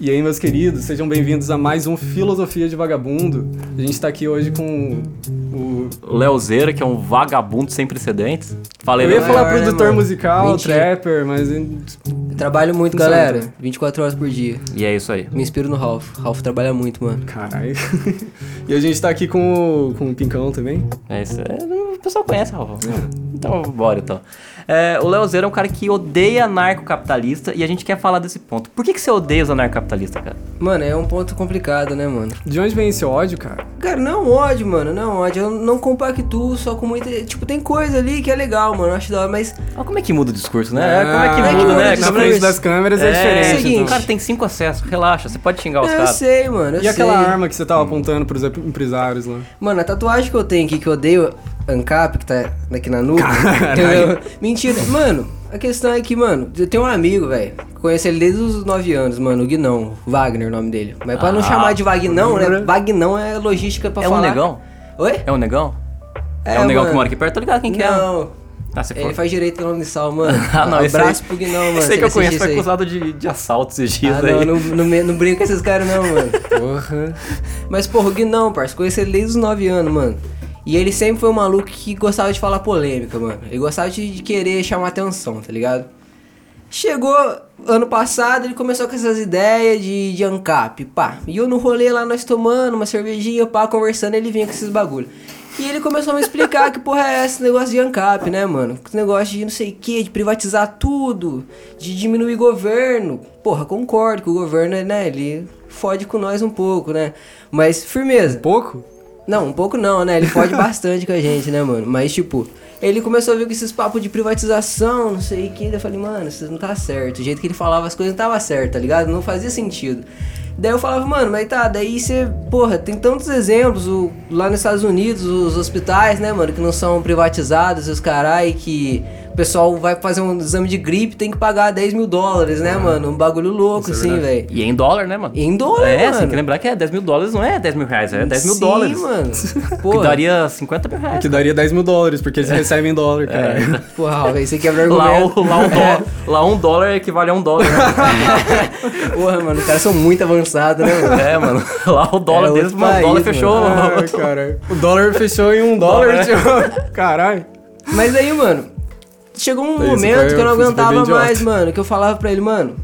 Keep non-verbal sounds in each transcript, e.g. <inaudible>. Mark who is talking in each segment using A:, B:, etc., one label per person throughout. A: E aí, meus queridos, sejam bem-vindos a mais um Filosofia de Vagabundo. A gente tá aqui hoje com o.
B: Leozeira, que é um vagabundo sem precedentes. Falei,
A: Eu ia
B: né?
A: falar
C: é, né,
A: produtor
C: mano?
A: musical,
C: Mentira.
A: trapper, mas.
C: Trabalho muito,
A: Não sabe,
C: galera.
A: então.
C: 24 horas por dia.
B: E é isso aí.
C: Me inspiro no Ralph. Ralph trabalha muito, mano.
A: Caralho. <laughs> e a gente tá aqui com o, com o Pincão também.
B: É isso. É, o pessoal conhece, Rafa. Então, bora então. É, o Leozeira é um cara que odeia anarcocapitalista e a gente quer falar desse ponto. Por que, que você odeia os anarcocapitalistas, cara?
C: Mano, é um ponto complicado, né, mano?
A: De onde vem esse ódio, cara?
C: Cara, não é um ódio, mano. Não ódio. Eu não compactuo só com muita. Tipo, tem coisa ali que é legal, mano. eu Acho da hora, mas.
B: Olha como é que muda o discurso, né? É, como é
A: Ah,
B: que
C: como
B: muda,
C: é
B: né?
C: que
A: Na
C: muda o
B: Como é
A: frente
B: que-
C: discurso?
A: das câmeras é,
B: É,
A: diferente.
C: seguinte.
B: O cara tem cinco acessos, relaxa, você pode xingar os
C: então. Eu
B: caras.
C: sei, mano. Eu
A: E aquela
C: sei.
A: arma que você tava apontando pros ep- empresários lá?
C: Mano, a tatuagem que eu tenho aqui que eu odeio, Ancap, que tá aqui na nuca. <laughs> entendeu? Mentira. Mano, a questão é que, mano, eu tenho um amigo, velho. Conheço ele desde os 9 anos, mano, o Guinão. Wagner, o nome dele. Mas pra não
B: Ah.
C: chamar de Vagnão, né? Vagnão é logística pra
B: É um
C: falar.
B: negão?
C: Oi?
B: É um negão? É, um negão
C: mano.
B: que mora aqui perto, tá ligado quem que é?
C: Não.
B: Ah, você
C: Ele
B: foi.
C: faz direito no nome de sal,
B: <laughs>
C: mano. Um
B: Ah, não, esse
C: Abraço
B: aí- <laughs>
C: pro Guinão, mano.
B: Sei que eu
C: Esses
B: conheço,
C: dias
B: foi
C: aí.
B: acusado de, de assalto esses dias
C: Ah,
B: aí.
C: não, não, não, me- não brinca com esses caras não, mano.
A: Porra.
C: Mas, porra, o Gui não, parça. Conheci ele desde os 9 anos, mano. E ele sempre foi um maluco que gostava de falar polêmica, mano. Ele gostava de, de querer chamar atenção, tá ligado? Chegou ano passado, ele começou com essas ideias de, de ANCAP, pá. E eu no rolê lá, nós tomando uma cervejinha, pá, conversando, ele vinha com esses bagulho. E ele começou a me explicar que porra é esse negócio de ANCAP, né, mano? Esse negócio de não sei o que, de privatizar tudo, de diminuir governo. Porra, concordo que o governo, né, ele fode com nós um pouco, né? Mas firmeza.
A: Pouco?
C: Não, um pouco não, né? Ele fode bastante com a gente, né, mano? Mas, tipo, ele começou a vir com esses papos de privatização, não sei o que. Eu falei, mano, isso não tá certo. O jeito que ele falava as coisas não tava certo, tá ligado? Não fazia sentido. Daí eu falava, mano, mas tá, daí você, porra, tem tantos exemplos o- lá nos Estados Unidos, os hospitais, né, mano, que não são privatizados, e os carai, que o pessoal vai fazer um exame de gripe tem que pagar 10 mil dólares, né, mano? Um bagulho louco, assim, velho.
B: E Ah, é em dólar, né, mano?
C: Em dólar,
B: É,
C: mano.
B: tem que lembrar que é 10 mil dólares, não é 10 mil reais, é 10 mil
C: Sim,
B: dólares.
C: mano.
B: <laughs> Que
C: Pô,
B: daria 50 mil reais.
A: Que daria 10 mil dólares, porque eles recebem em dólar, cara.
C: <laughs> porra, velho, você quebra
B: Lá,
C: argumento.
B: o, lá,
C: <laughs>
B: um dólar, lá um dólar equivale a um dólar.
C: Porra, mano, os caras são muito avançados, né? mano?
B: é, mano. Lá o dólar
C: É
B: deles,
C: outro
B: mano, o dólar
C: país,
B: fechou.
A: Ai, cara. O dólar fechou em um dólar, tio. Caralho.
C: Mas aí, mano, chegou um
A: Isso,
C: momento
A: foi-
C: que eu
A: isso
C: não
A: foi bem
C: aguentava
A: idiota.
C: mais, mano, que eu falava pra ele, mano,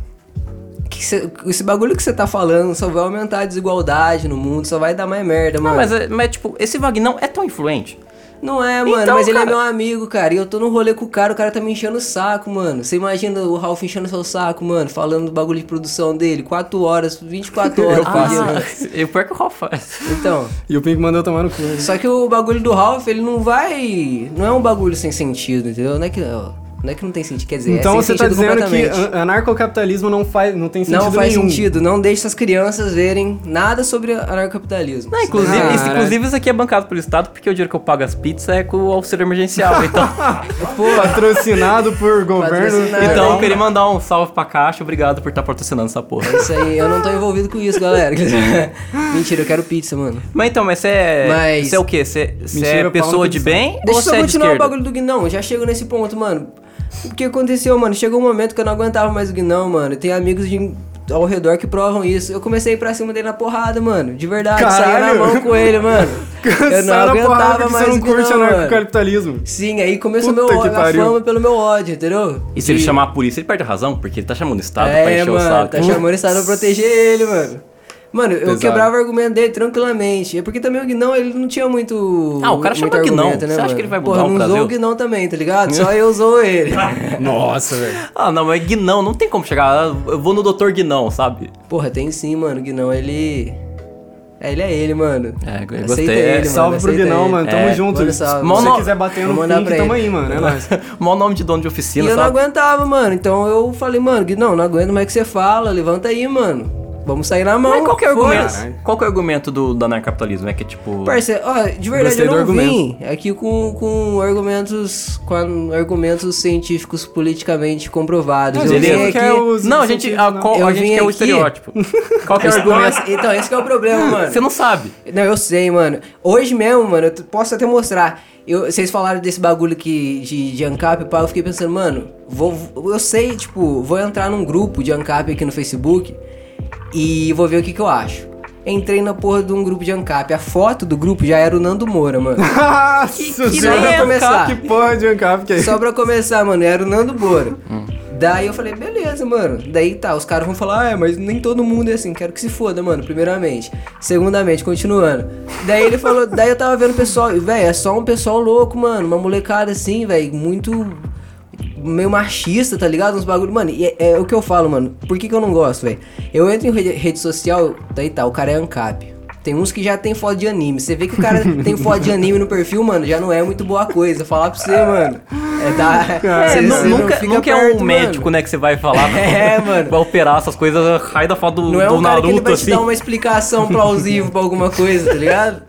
C: que cê- esse bagulho que você tá falando só vai aumentar a desigualdade no mundo, só vai dar mais
B: <laughs>
C: merda,
B: Não,
C: mano.
B: mas, é- mas, tipo, esse Vagnão é tão influente.
C: Não é, mano,
B: Então,
C: mas ele é
B: cara-
C: meu amigo, cara. E eu tô no rolê com o cara, o cara tá me enchendo o saco, mano. Você imagina o Ralph enchendo seu saco, mano, falando do bagulho de produção dele, 4 horas, 24 horas
A: <laughs> Eu
C: por
A: faço.
C: dia, mano.
B: Ah, e o pior é que o Ralph faz.
C: Então.
A: E o Pink mandou tomar no cu.
C: Só que o bagulho do Ralph, ele não vai. Não é um bagulho sem sentido, entendeu? Não é que não, não, é que não tem sentido. Quer dizer,
A: Então
C: é
A: você
C: sem
A: tá
C: sentido
A: dizendo que
C: completamente.
A: an- anarcocapitalismo não faz, não tem sentido
C: Não faz
A: nenhum.
C: sentido, não deixa essas crianças verem nada sobre anarcocapitalismo. Ah,
B: Não, inclusive,
A: Cara.
B: isso, inclusive isso aqui é bancado pelo Estado, porque o dinheiro que eu pago as pizzas é com o auxílio emergencial.
C: <laughs>
B: Então,
A: Patrocinado por governo.
C: Patrocinado.
B: então eu
A: federal.
B: queria mandar um salve pra Caixa, obrigado por estar patrocinando essa porra.
C: Isso aí, eu não tô envolvido com isso, galera. <laughs> Mentira, eu quero pizza, mano.
B: Mas então, mas você é.
C: Mas-
B: Você é o quê? Você, você
A: Mentira,
B: é
A: Paulo,
B: pessoa
A: tem
B: de
A: que
B: bem
C: Deixa
B: ou
C: eu só
B: você é de
C: continuar o
B: esquerda?
C: bagulho do Guinão, já chego nesse ponto, mano. O que aconteceu, mano? Chegou um momento que eu não aguentava mais o Guinão, mano. Tem amigos de- ao redor que provam isso. Eu comecei a ir pra cima dele na porrada, mano. De verdade, saía
A: Caralho.
C: na mão com
A: <laughs>
C: ele, mano. eu
A: Sai
C: não
A: na porrada
C: aguentava
A: porque você
C: mais
A: não
C: o
A: curte
C: Guinão, mano.
A: anarcocapitalismo.
C: Sim, aí começou
A: Puta
C: meu
A: que
C: ódio, a
A: pariu.
C: fama pelo meu ódio, entendeu?
B: E se ele
C: De-
B: chamar a polícia, ele perde a razão, porque ele tá chamando o Estado pra
C: é,
B: encher o
C: mano,
B: saco.
C: tá chamando o Estado pra proteger ele, mano. Mano, eu
A: Pesado.
C: quebrava o argumento dele tranquilamente. É porque também o Guinão, ele não tinha muito.
B: Ah, o cara
C: muito
B: chama Guinão.
C: argumento, né,
B: Você acha que ele vai mudar
C: Porra,
B: o
C: não
B: Brasil?
C: usou o Guinão também, tá ligado? Só eu
B: <laughs>
C: usou ele.
A: Nossa, velho.
B: <laughs> Ah, não, mas Guinão, não tem como chegar. ah, Eu vou no doutor Guinão, sabe?
C: Porra, tem sim, mano. O Guinão, ele. É, ele é ele, mano.
B: É, eu
C: Aceita
B: gostei.
C: ele,
B: É,
C: mano.
A: Salve pro
C: aceita
A: Guinão,
C: ele.
A: mano. Tamo
B: É,
A: junto.
C: manda
A: Se
C: salve.
B: Vamos
A: você
B: lá.
A: quiser bater no
C: Vou mandar
A: Pink,
C: pra
A: tamo
C: ele.
A: aí, mano.
C: <laughs>
A: É nóis.
B: <laughs> Mó nome de dono de
C: E
B: oficina,
C: eu não
B: sabe?
C: aguentava, mano. Então eu falei, mano, Guinão, não aguento mais o que você fala. Levanta aí, mano. Vamos sair na mão.
B: Mas qual que é o
C: Foda-se.
B: argumento?
A: Caralho.
B: Qual que é o argumento do, do anarcapitalismo? É que tipo.
C: Parceiro, ó, de verdade
A: Hum. Gostei
C: eu
A: do
C: não vim
A: argumento.
C: aqui com, com argumentos com a- argumentos científicos politicamente comprovados.
A: Mas
C: eu
A: ele é
C: vim
A: não
C: aqui.
A: quer os-
B: Não, a gente, a, qual-
C: Eu
B: a gente
C: vim
B: quer o
C: aqui-
B: estereótipo. Qual
C: <laughs>
B: que é o argumento?
C: Nossa, então, esse que é o
A: Hum.
C: problema, mano.
B: Você não sabe.
C: Não, eu sei, mano. Hoje mesmo, mano, eu t- posso até mostrar. Eu, vocês falaram desse bagulho que de, de ANCAP, pá, eu fiquei pensando, mano, vou, eu sei, tipo, vou entrar num grupo de ANCAP aqui no Facebook E vou ver o que, que eu acho. Entrei na porra de um grupo de ANCAP. A foto do grupo já era o Nando Moura, mano.
A: Nossa,
C: que
A: senhora.
C: nem é começar.
A: Que porra de Ancap que é
C: Só pra começar, mano, era o Nando Moura. Daí eu falei, beleza, mano. Daí tá, os caras vão falar, ah, é, mas nem todo mundo é assim, quero que se foda, mano, primeiramente. Segundamente, continuando. Daí ele falou, daí eu tava vendo o pessoal, e, velho, é só um pessoal louco, mano, uma molecada assim, velho, muito. meio machista, tá ligado? Uns bagulho. Mano, e é, é o que eu falo, mano, por que, que eu não gosto, velho? Eu entro em rede, rede social, daí tá, o cara é ANCAP. Tem uns que já tem foto de anime. Você vê que o <laughs> cara tem foto de anime no perfil, mano, já não é muito boa coisa. Falar pra você, mano. É, tá,
B: É,
C: cê-
B: nu-
C: cê não
B: nunca,
C: fica
B: nunca é um
C: perto, mano.
B: médico, né, que você vai falar.
C: <laughs> É, mano.
B: Vai operar essas coisas, raio da foto do,
C: Não é
B: do
C: um cara que ele
B: Naruto,
C: vai te
B: assim.
C: dar uma explicação plausível pra alguma coisa, tá ligado?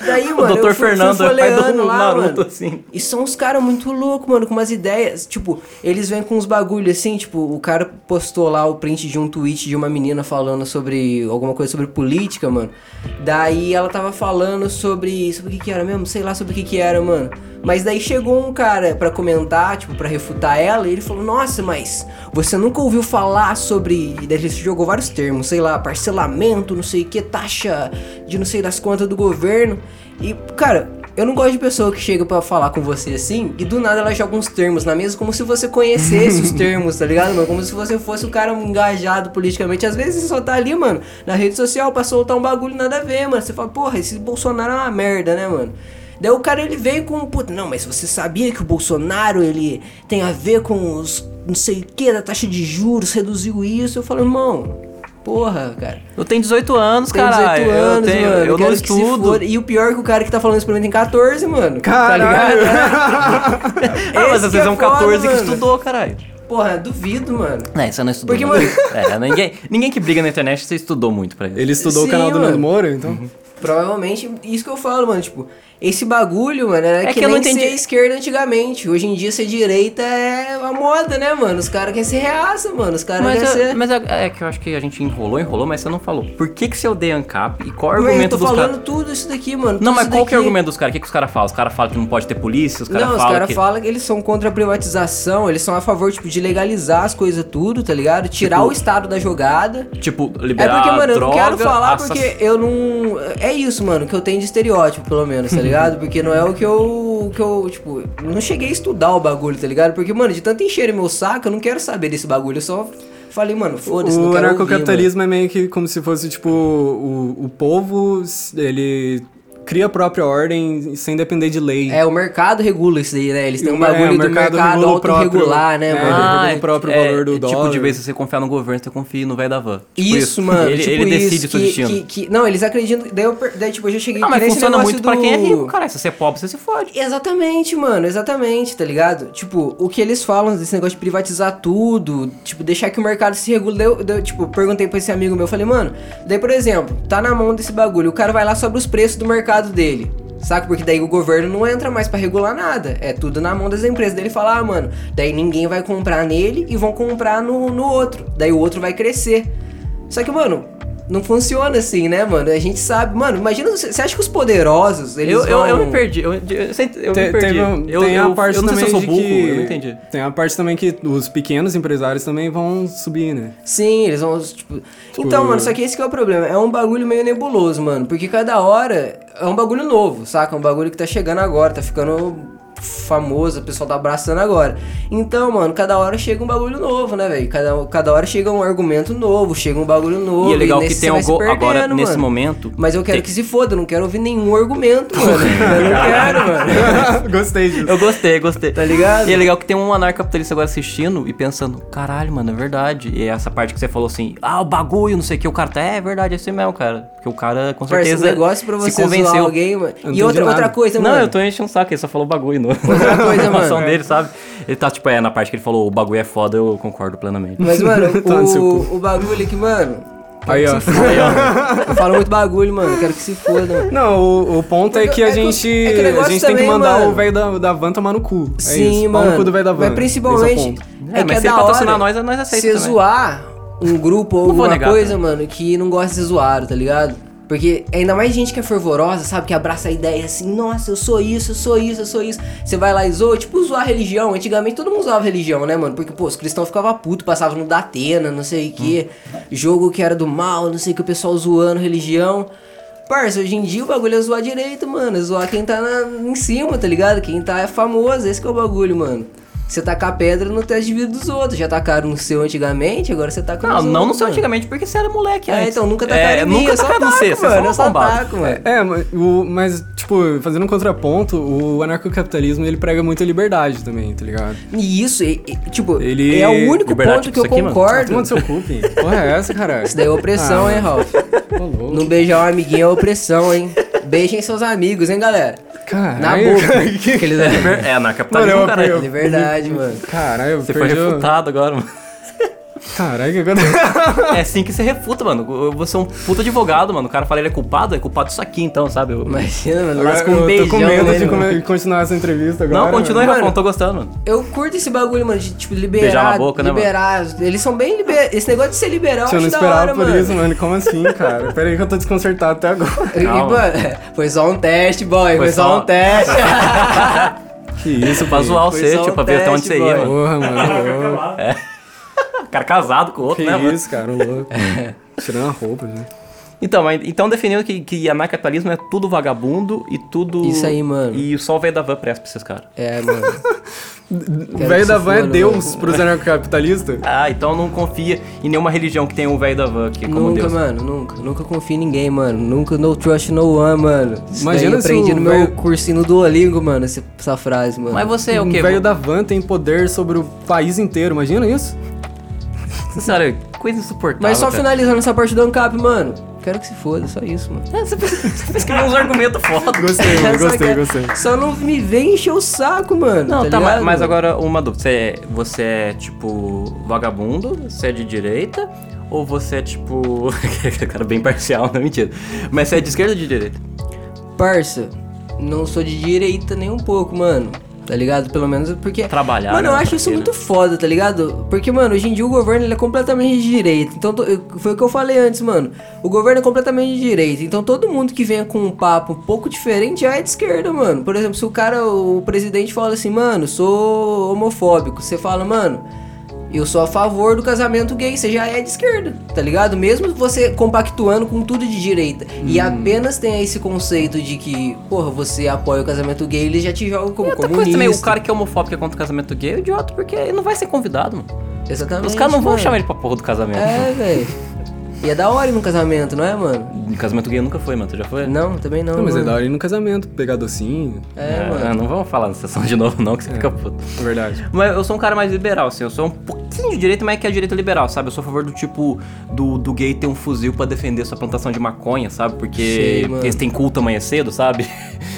C: Daí, mano,
B: Dr.
C: eu fui,
B: Fernando
C: fui
B: é pai do
C: folheando lá,
B: Naruto,
C: mano.
B: assim.
C: E são uns caras muito loucos, mano, com umas ideias. Tipo, eles vêm com uns bagulho assim, tipo, o cara postou lá o print de um tweet de uma menina falando sobre alguma coisa sobre política, mano. Daí ela tava falando sobre. Sobre o que que era mesmo? Sei lá sobre o que que era, mano. Mas daí chegou um cara pra comentar, tipo, pra refutar ela, e ele falou: Nossa, mas você nunca ouviu falar sobre. e Daí ele jogou vários termos, sei lá, parcelamento, não sei o que, taxa de não sei das contas do governo. E, cara, eu não gosto de pessoa que chega pra falar com você assim e do nada ela joga uns termos na mesa como se você conhecesse os termos, tá ligado, mano? Como se você fosse o cara engajado politicamente. Às vezes você só tá ali, mano, na rede social pra soltar um bagulho nada a ver, mano. Você fala, porra, esse Bolsonaro é uma merda, né, mano? Daí o cara ele vem com, um puta, não, mas você sabia que o Bolsonaro ele tem a ver com os não sei o que da taxa de juros, reduziu isso. Eu falo, irmão, porra, cara.
B: Eu tenho 18 anos,
C: Tem 18
B: caralho. eu
C: anos,
B: tenho,
C: mano.
B: eu não
C: quero que se
B: estudo.
C: foda. E o pior é que o cara que tá falando isso pra mim tem 14, mano. Tá
A: Caralho!
B: Ah, mas
C: Esse
B: às
C: que
B: vezes
C: é
B: é um
C: foda,
B: 14 que
C: mano.
B: estudou, caralho.
C: Porra, duvido, mano.
B: É, você não estudou.
C: Porque,
B: muito.
C: mano-
B: É, ninguém, ninguém que briga na internet, você estudou muito pra ele.
A: <laughs> Ele estudou
C: Sim,
A: o canal do
C: mano.
A: Nando Moura, então.
C: Provavelmente, isso que eu falo, mano. Tipo, esse bagulho, mano, era
B: É
C: que,
B: que eu
C: nem
B: não entendi-
C: ser esquerda antigamente. Hoje em dia, ser direita é a moda, né, mano? Os caras querem ser reaça, mano. Os caras
B: Mas,
C: querem
B: eu-
C: ser...
B: mas é, é que eu acho que a gente enrolou, enrolou, mas você não falou. Por que, que você odeia ANCAP e qual é o
C: Mano, eu
B: argumento
C: tô
B: dos
C: falando
B: caras?
C: tudo isso daqui, mano.
B: Não,
C: tudo
B: mas qual
C: isso
B: que é o
C: daqui.
B: argumento dos caras? O que, que os caras falam? Os caras falam que não pode ter polícia, os caras
C: não,
B: falam.
C: os caras
B: que...
C: falam que eles são contra a privatização, eles são a favor, tipo, de legalizar as coisas tudo, tá ligado? Tirar
B: Tipo-
C: o Estado da jogada.
B: Tipo,
C: É
B: liberar
C: porque, mano, eu não
B: droga,
C: quero falar
B: assass-
C: porque eu não. É isso, mano, que eu tenho de estereótipo, pelo menos, tá ligado? Porque não é o que eu. o que eu, tipo, não cheguei a estudar o bagulho, tá ligado? Porque, mano, de tanto encher meu saco, eu não quero saber desse bagulho. Eu só falei, mano, foda-se, não
A: O
C: quero. ouvir, mano.
A: anarcocapitalismo é meio que como se fosse, tipo, o, o povo, ele cria a própria ordem sem depender de lei.
C: É, o mercado regula isso daí, né? Eles têm
A: E
C: um
A: o- é,
C: bagulho
A: o
C: do
A: mercado
C: mercado
A: regula o próprio-
C: autorregular, né,
A: é,
C: mano?
B: Ah,
A: Ele regula o próprio
B: é,
A: valor do
B: é Tipo,
A: dólar.
B: de vez você confiar no governo, você confia no velho da van. Tipo
C: Isso, mano.
B: Ele,
C: tipo
B: ele
C: isso,
B: decide o seu
C: que-
B: destino.
C: que- que- não, eles acreditam. Daí, eu, per- daí, tipo, eu já cheguei
B: Ah,
C: que
B: mas
C: nem esse
B: funciona
C: negócio
B: muito pra quem é
C: do-
B: rico, caralho. Se você é pobre, você se fode.
C: Exatamente, mano, exatamente, tá ligado? Tipo, o que eles falam desse negócio de privatizar tudo, tipo, deixar que o mercado se regule. Eu, eu, tipo, perguntei pra esse amigo meu, falei, mano, daí, por exemplo, tá na mão desse bagulho, o cara vai lá sobre os preços do mercado dele. Saca? Porque daí o governo não entra mais pra regular nada. É tudo na mão das empresas. Daí ele fala, ah, mano, daí ninguém vai comprar nele e vão comprar no, no outro. Daí o outro vai crescer. Só que, mano, não funciona assim, né, mano? A gente sabe. Mano, imagina, você você acha que os poderosos, eles
B: Eu, eu,
C: vão...
B: eu me perdi. Eu, eu, eu, sent- eu
A: Te-
B: me perdi.
A: teve um-
B: eu,
A: tem
B: eu,
A: a parte
B: eu não sei
A: também
B: se eu sou
A: de
B: burro,
A: que,
B: eu não entendi.
A: Tem a parte também que os pequenos empresários também vão subir,
B: <laughs>
A: né?
C: Sim, eles vão, tipo... Então, mano, só que esse que é o problema. É um bagulho meio nebuloso, mano. Porque cada hora é um bagulho novo, saca? É um bagulho que tá chegando agora, tá ficando famoso, o pessoal tá abraçando agora. Então, mano, cada hora chega um bagulho novo, né, velho? Cada, cada hora chega um argumento novo, chega um bagulho novo.
B: E é legal que
C: nesse
B: tem
C: você vai se
B: algo agora,
C: perdendo,
B: nesse
C: mano.
B: momento.
C: Mas eu quero
B: tem-
C: que se foda, eu não quero ouvir nenhum
B: <laughs>
C: argumento, mano. Eu não quero, mano.
A: Gostei disso.
B: Eu gostei, gostei. Tá
C: ligado?
B: E é legal que tem um anarcapitalista agora assistindo e pensando, caralho, mano, é verdade. E essa parte que você falou assim, ah, o bagulho, não sei o que, o cara tá, é verdade, é assim mesmo, cara. Porque o cara, com
C: Parça,
B: certeza,
C: um negócio pra
B: se
C: você zoar
B: convenceu. Então,
C: alguém, mano.
A: não
C: E outra,
A: entendi
C: outra
A: nada.
C: coisa,
B: não,
C: mano.
B: eu tô enchendo o saco, ele só falou bagulho. No...
C: Outra
B: <laughs> na
C: coisa,
B: formação
C: mano.
A: É.
B: dele, sabe? Ele tá, tipo, é, na parte que ele falou, o bagulho é foda, eu concordo plenamente.
C: Mas,
A: <laughs>
C: mano,
A: Tá no seu
C: o, o bagulho aqui, mano. quero
A: Aí,
C: que
A: ó.
C: se foda, mano. Eu falo muito bagulho, mano. Quero que se foda, mano.
A: Não, o, o ponto é
C: Porque
A: que a
C: é que o-
A: gente,
C: é que o
A: a
C: negócio
A: gente tem
C: também,
A: que mandar
C: mano.
A: o velho da, da van tomar no cu. É
C: Sim,
A: isso. Pau
C: mano.
A: no cu do velho da van. Esse
C: Mas
A: é o
C: principalmente.
A: ponto.
B: É,
C: É,
B: mas
C: que é
B: se ele
C: da
B: patrocinar
C: hora
B: nós, nós aceita
C: Você
B: também.
C: zoar um grupo ou
B: Não vou
C: alguma
B: negar,
C: coisa, mano, que não gosta de ser zoado, tá ligado? Porque ainda mais gente que é fervorosa, sabe? Que abraça a ideia assim, nossa, eu sou isso, eu sou isso, eu sou isso. Você vai lá e zoa, tipo, zoar a religião. Antigamente todo mundo usava religião, né, mano? Porque, pô, os cristãos ficavam putos, passavam no Datena, não sei o que.
B: Hum.
C: Jogo que era do mal, não sei o que, o pessoal zoando religião. Parça, hoje em dia o bagulho é zoar direito, mano. É zoar quem tá na- em cima, tá ligado? Quem tá é famoso, esse que é o bagulho, mano. Você tacar pedra no teste de vida dos outros. Já tacaram no seu antigamente, agora você taca no
B: Ah, Não, não no
C: outros,
B: seu
C: é mano.
B: antigamente, porque você era moleque
C: É,
B: antes.
C: então nunca tacaram
B: É,
C: em mim,
B: nunca
C: eu só
B: tacaram no
C: taco,
B: C, você é
C: mano,
B: só um
C: eu só
B: bombado.
C: taco, mano.
A: É, mas, o- mas, tipo, fazendo um contraponto, o anarcocapitalismo ele prega muito a liberdade também, tá ligado?
C: E isso, e- e, tipo,
A: Ele-
C: é o único
B: Liberdade,
C: ponto
B: tipo
C: que eu
B: isso aqui, mano?
A: Ah,
C: concordo.
A: toma do seu cu, Pim. Que Porra, é essa, caralho? Ah,
C: Isso daí é opressão, hein, Ralph?
A: Ô, louco.
C: Não beijar um amiguinho é opressão, hein? Beijem seus amigos, hein, galera?
A: Caralho.
C: Na boca. Que eles-
B: É,
A: Mano,
B: anarcapitalismo,
A: eu-
B: caralho.
A: eu-
C: Liberdade, é mano.
A: Caralho, eu
B: Você foi
A: perdi o-
B: refutado agora, mano.
A: Caralho, que agora...
B: É assim que você refuta, mano. Eu vou ser um puta advogado, mano. O cara fala ele é culpado, é culpado disso aqui, então, sabe? Eu-
C: Imagina, mano.
A: Agora
C: Mas com
A: eu
C: um beijão,
A: tô com medo
C: né,
A: de
C: mano?
A: come- continuar essa entrevista agora.
B: Não, continua aí,
A: mano.
C: mano.
B: Rafão, tô gostando. mano.
C: Eu curto esse bagulho, mano, de, tipo, liberar.
B: Beijar na boca, né, mano?
C: liberar. Eles são bem liber... Esse negócio de ser liberal,
A: Tio, Eu não
C: acho da
A: esperava
C: hora,
A: por
C: mano.
A: isso, mano. Como assim, cara? Pera aí que eu tô desconcertado até agora.
C: E,
B: Calma.
C: mano, <laughs> foi só um teste, boy. Foi, só,
B: só-
C: um teste.
A: Que isso,
B: Pra zoar o
C: Foi
B: C,
C: só
B: tipo,
C: um
B: pra ver até onde
C: teste,
B: você ia,
C: boy.
B: mano. É.
A: Porra, mano.
B: <laughs>
A: ô.
B: O cara casado com o outro,
A: Que
B: né, mano?
A: isso, cara, ô
B: <laughs>
A: louco. Tirando a roupa, né?
B: Então, mas- então definindo que, que anarcapitalismo é tudo vagabundo e tudo.
C: Isso aí, mano.
B: E o sol veio da van presta pra esses caras.
C: é, mano.
A: O velho
C: que
A: da
C: se
A: van é
C: foda,
A: Deus pros anarcocapitalistas?
B: Ah, então não confia em nenhuma religião que tenha um velho da van aqui como
C: Nunca,
B: Deus.
C: mano, nunca. Nunca confio em ninguém, mano. Nunca no trust no one, mano. Isso
A: Imagina
C: daí eu
A: se
C: aprendi
A: o
C: no meu
A: velho-
C: cursinho do Olingo, mano, essa, essa frase, mano.
B: Mas você é o
A: Um
B: quê?
A: velho da van tem poder sobre o país inteiro, imagina isso?
B: Sério, coisa insuportável.
C: Mas só
B: cara.
C: finalizando essa parte do Ancap, mano. Quero que se foda, só isso, <laughs> mano.
B: Você pesquisou uns argumentos
A: <laughs>
B: foda.
A: Gostei,
C: Só
A: mano, gostei,
C: quero-
A: gostei.
C: é- Só não me vem encher o saco, mano.
B: Não, tá, mas,
C: ligado?
B: mas agora uma dúvida. Você, é- você é, tipo, vagabundo? Você é de direita? Ou você é, tipo... <laughs> cara bem parcial, não, mentira. Mas você é de esquerda ou de direita?
C: Parça, não sou de direita nem um pouco, mano. Tá ligado? Pelo menos porque.
B: Trabalhar,
C: Mano, eu
B: né,
C: acho isso
B: porque,
C: muito foda, tá ligado? Porque, mano, hoje em dia o governo ele é completamente de direita. Então, to- eu- foi o que eu falei antes, mano. O governo é completamente de direita. Então, todo mundo que venha com um papo um pouco diferente já é de esquerda, mano. Por exemplo, se o cara, o presidente, fala assim, mano, sou homofóbico. Você fala, mano. Eu sou a favor do casamento gay, você já é de esquerda, tá ligado? Mesmo você compactuando com tudo de direita.
B: Hum.
C: E apenas tem esse conceito de que, porra, você apoia o casamento gay, ele já te joga como
B: E outra
C: comunista.
B: coisa também, o cara que é homofóbico e é contra o casamento gay é um idiota, porque ele não vai ser convidado, mano.
C: Exatamente.
B: Os caras não vão
C: mano.
B: chamar ele pra porra do casamento.
C: É, velho. E é da hora ir num casamento, não é, mano?
B: mano. Casamento gay nunca foi, mano. Tu já foi?
C: Não, também não.
A: Não,
B: Uhum.
A: mas é
C: mano.
A: da hora ir no casamento, pegar docinho,
C: É, mano. É.
B: não vamos falar nessa sessão de novo, não, que você fica puto.
A: na é verdade.
B: Mas eu sou um cara mais liberal, assim. Eu sou um pouquinho de direita, mas é que é direita liberal, sabe? Eu sou a favor do tipo do, do gay ter um fuzil pra defender sua plantação de maconha, sabe? Porque
C: Sei, mano.
B: eles têm culto amanhã cedo,
C: <laughs>
B: sabe?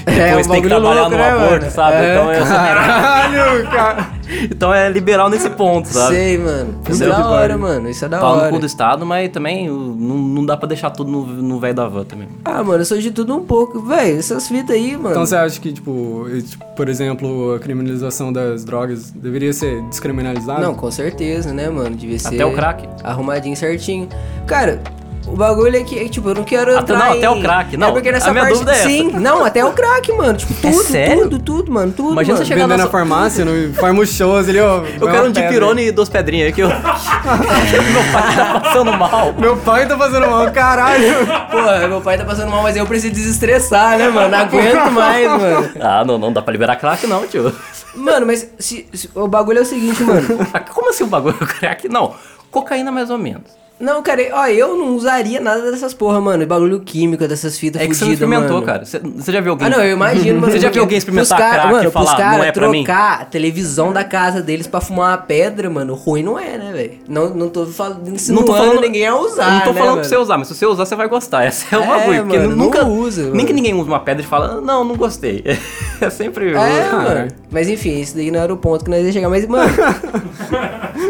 C: É,
B: Depois
C: um
B: tem que
C: bagulho
B: trabalhar
C: louco,
B: no
C: né,
B: aborto,
C: mano?
B: sabe?
C: É.
B: Então, eu
C: <laughs>
B: sou...
A: Caralho,
B: <laughs>
A: cara!
B: então é liberal nesse ponto, sabe?
C: Sei, mano. Isso é
A: Entendeu?
C: da
A: Que
C: hora,
A: pariu.
C: mano. Isso é da
B: Pau no
C: hora.
B: cu do Estado, mas também o- não, não dá pra deixar tudo no, no velho da van também.
C: Ah, mano, eu sou de tudo um pouco. Véi, essas fitas aí, mano.
A: Então você acha que, tipo, e, tipo, por exemplo, a criminalização das drogas deveria ser descriminalizada?
C: Não, com certeza, né, mano? Devia ser.
B: Até o crack.
C: Arrumadinho certinho. Cara. O bagulho é que, é que, tipo, eu não quero
B: Até-
C: entrar
B: não,
C: em-
B: até o crack, não.
C: É porque nessa
B: A minha
C: parte...
B: dúvida é essa.
C: Sim, não, até o crack, mano. Tipo,
B: É
C: tudo,
B: sério?
C: tudo, tudo, mano. Tudo,
B: Imagina
C: mano.
B: você chegar
A: Tipo, Vender
B: na
A: na
B: sua-
A: farmácia, no farm shows ali, ó.
B: Eu quero um dipirone e duas pedrinhas
C: <laughs>
B: aqui. Eu... <laughs> Meu pai tá passando mal.
A: Meu pai tá fazendo mal,
B: <laughs>
A: caralho.
C: Porra, meu pai tá passando mal, mas eu preciso desestressar, né,
A: <laughs>
C: mano? Não aguento mais, mano.
B: Ah, não, não dá pra liberar crack não, tio.
C: Mano, mas se- se- o bagulho é o seguinte, mano.
B: <laughs> Como assim o bagulho crack? Não, cocaína mais ou menos.
C: Não, cara, ó, eu não usaria nada dessas porra, mano. Bagulho químico dessas fitas
B: É que você não
C: fudidas,
B: experimentou,
C: mano.
B: cara. Você- Você já viu alguém?
C: Ah, não, eu imagino, mano.
B: Você já viu
C: porque
B: alguém experimentar
C: pros
B: crack
C: mano,
B: e falar,
C: pros cara
B: não é pra mim?
C: trocar a televisão da casa deles pra fumar uma pedra, mano, ruim não é, né, velho? Não, não tô falando,
B: Não tô falando
C: ninguém a usar,
B: Não tô falando
C: né, mano?
B: pra você é usar, mas se você usar, você vai gostar. Esse é o
C: É,
B: bagulho. porque
C: mano,
B: nunca
C: não usa,
B: Nem
C: mano.
B: que ninguém usa uma pedra e fala, não, não gostei. <laughs> É sempre.
C: É,
A: Ah, é.
C: mano. Mas enfim, isso daí não era o ponto que nós ia chegar.
B: <laughs>
C: Mas, mano,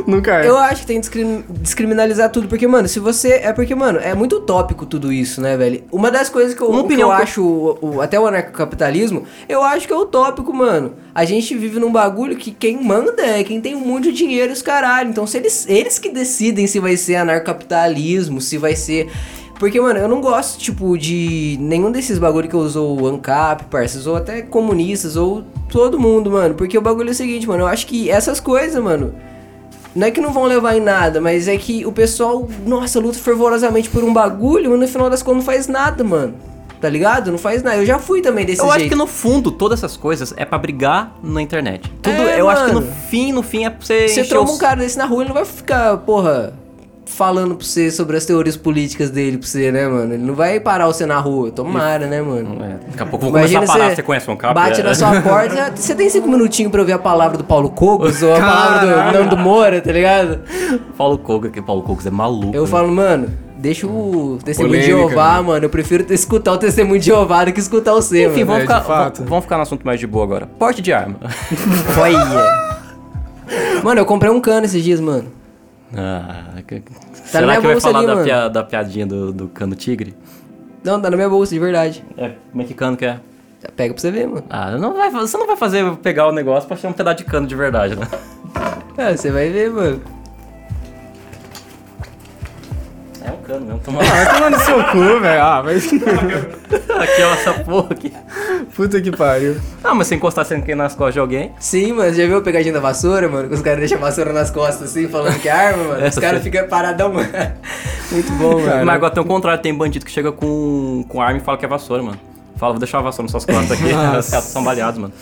A: Nunca é.
C: Eu acho que tem que descrim- descriminalizar tudo, porque, mano, se você. É porque, mano, é muito utópico tudo isso, né, velho? Uma das coisas que eu,
B: Uma
C: que
B: opinião
C: eu
B: que eu-
C: acho, o- o- até o anarcocapitalismo, eu acho que é utópico, mano. A gente vive num bagulho que quem manda é quem tem muito dinheiro e os caralho. Então, se eles, eles que decidem se vai ser anarcocapitalismo, se vai ser. Porque, mano, eu não gosto, tipo, de nenhum desses bagulho que usou o ANCAP, parças, ou até comunistas, ou todo mundo, mano. Porque o bagulho é o seguinte, mano, eu acho que essas coisas, mano, não é que não vão levar em nada, mas é que o pessoal, nossa, luta fervorosamente por um bagulho, mas no final das contas não faz nada, mano. Tá ligado? Não faz nada. Eu já fui também desse
B: Eu
C: jeito.
B: acho que no fundo, todas essas coisas é pra brigar na internet. Tudo,
C: É,
B: eu acho que no
C: mano.
B: fim, no fim é pra você.
C: Você
B: encher
C: tromba
B: os-
C: um cara desse na rua, ele não vai ficar, porra, falando pra você sobre as teorias políticas dele pra você, né, mano? Ele não vai parar você na rua. Tomara, né, mano?
B: É, daqui a pouco eu vou
C: Imagina
B: começar a parar. Você conhece um cabo?
C: Bate
B: É. <laughs>
C: na sua porta. Você tem cinco minutinhos pra ouvir a palavra do Paulo Cogos ou a palavra do
A: Caralho.
C: Nando Moura, tá ligado?
B: Paulo Coga, que Paulo Coga é maluco.
C: Eu
B: né?
C: falo, mano, deixa o testemunho de
A: Hum. Polêmica,
C: Jeová,
A: né?
C: mano. Eu prefiro <laughs> escutar o testemunho de Jeová do que escutar o seu,
B: Enfim,
C: mano.
B: vamos,
A: É, de
B: ficar,
A: fato.
B: vamos- vamos ficar no assunto mais de boa agora. Porte de arma. <laughs>
C: Olha.
A: é.
C: <laughs> Mano, eu comprei um cano esses dias, mano.
B: Ah, que-
C: Tá
B: será
C: na minha
B: que vai
C: bolsa
B: falar
C: ali,
B: da,
C: mano.
B: pia- da piadinha do, do cano tigre?
C: Não, tá na minha bolsa, de verdade.
B: É, como é que cano que é?
C: Pega pra você ver, mano.
B: Ah, não vai, você não vai fazer eu pegar o negócio pra achar um pedaço de cano de verdade, né?
C: É, você vai ver, mano.
B: É um cano mesmo. Toma
A: Ah, vai tomar no seu cu, velho. Ah, mas. <laughs>
B: <laughs> aqui, ó, essa porra aqui.
A: Puta que pariu.
B: Ah, mas se encostar sem quem nas costas de alguém.
C: Sim, mano, já viu a pegadinha da vassoura, mano? Que os caras deixam a vassoura nas costas assim, falando que é arma, mano. Os
A: <laughs>
B: Essa
C: caras
B: foi-
C: ficam paradão, mano. <laughs> Muito bom, mano.
B: Mas agora tem o contrário, tem bandido que chega com, com arma e fala que é vassoura, mano. Fala, vou deixar a vassoura nas suas costas aqui. <laughs> Os caras são baleados, mano.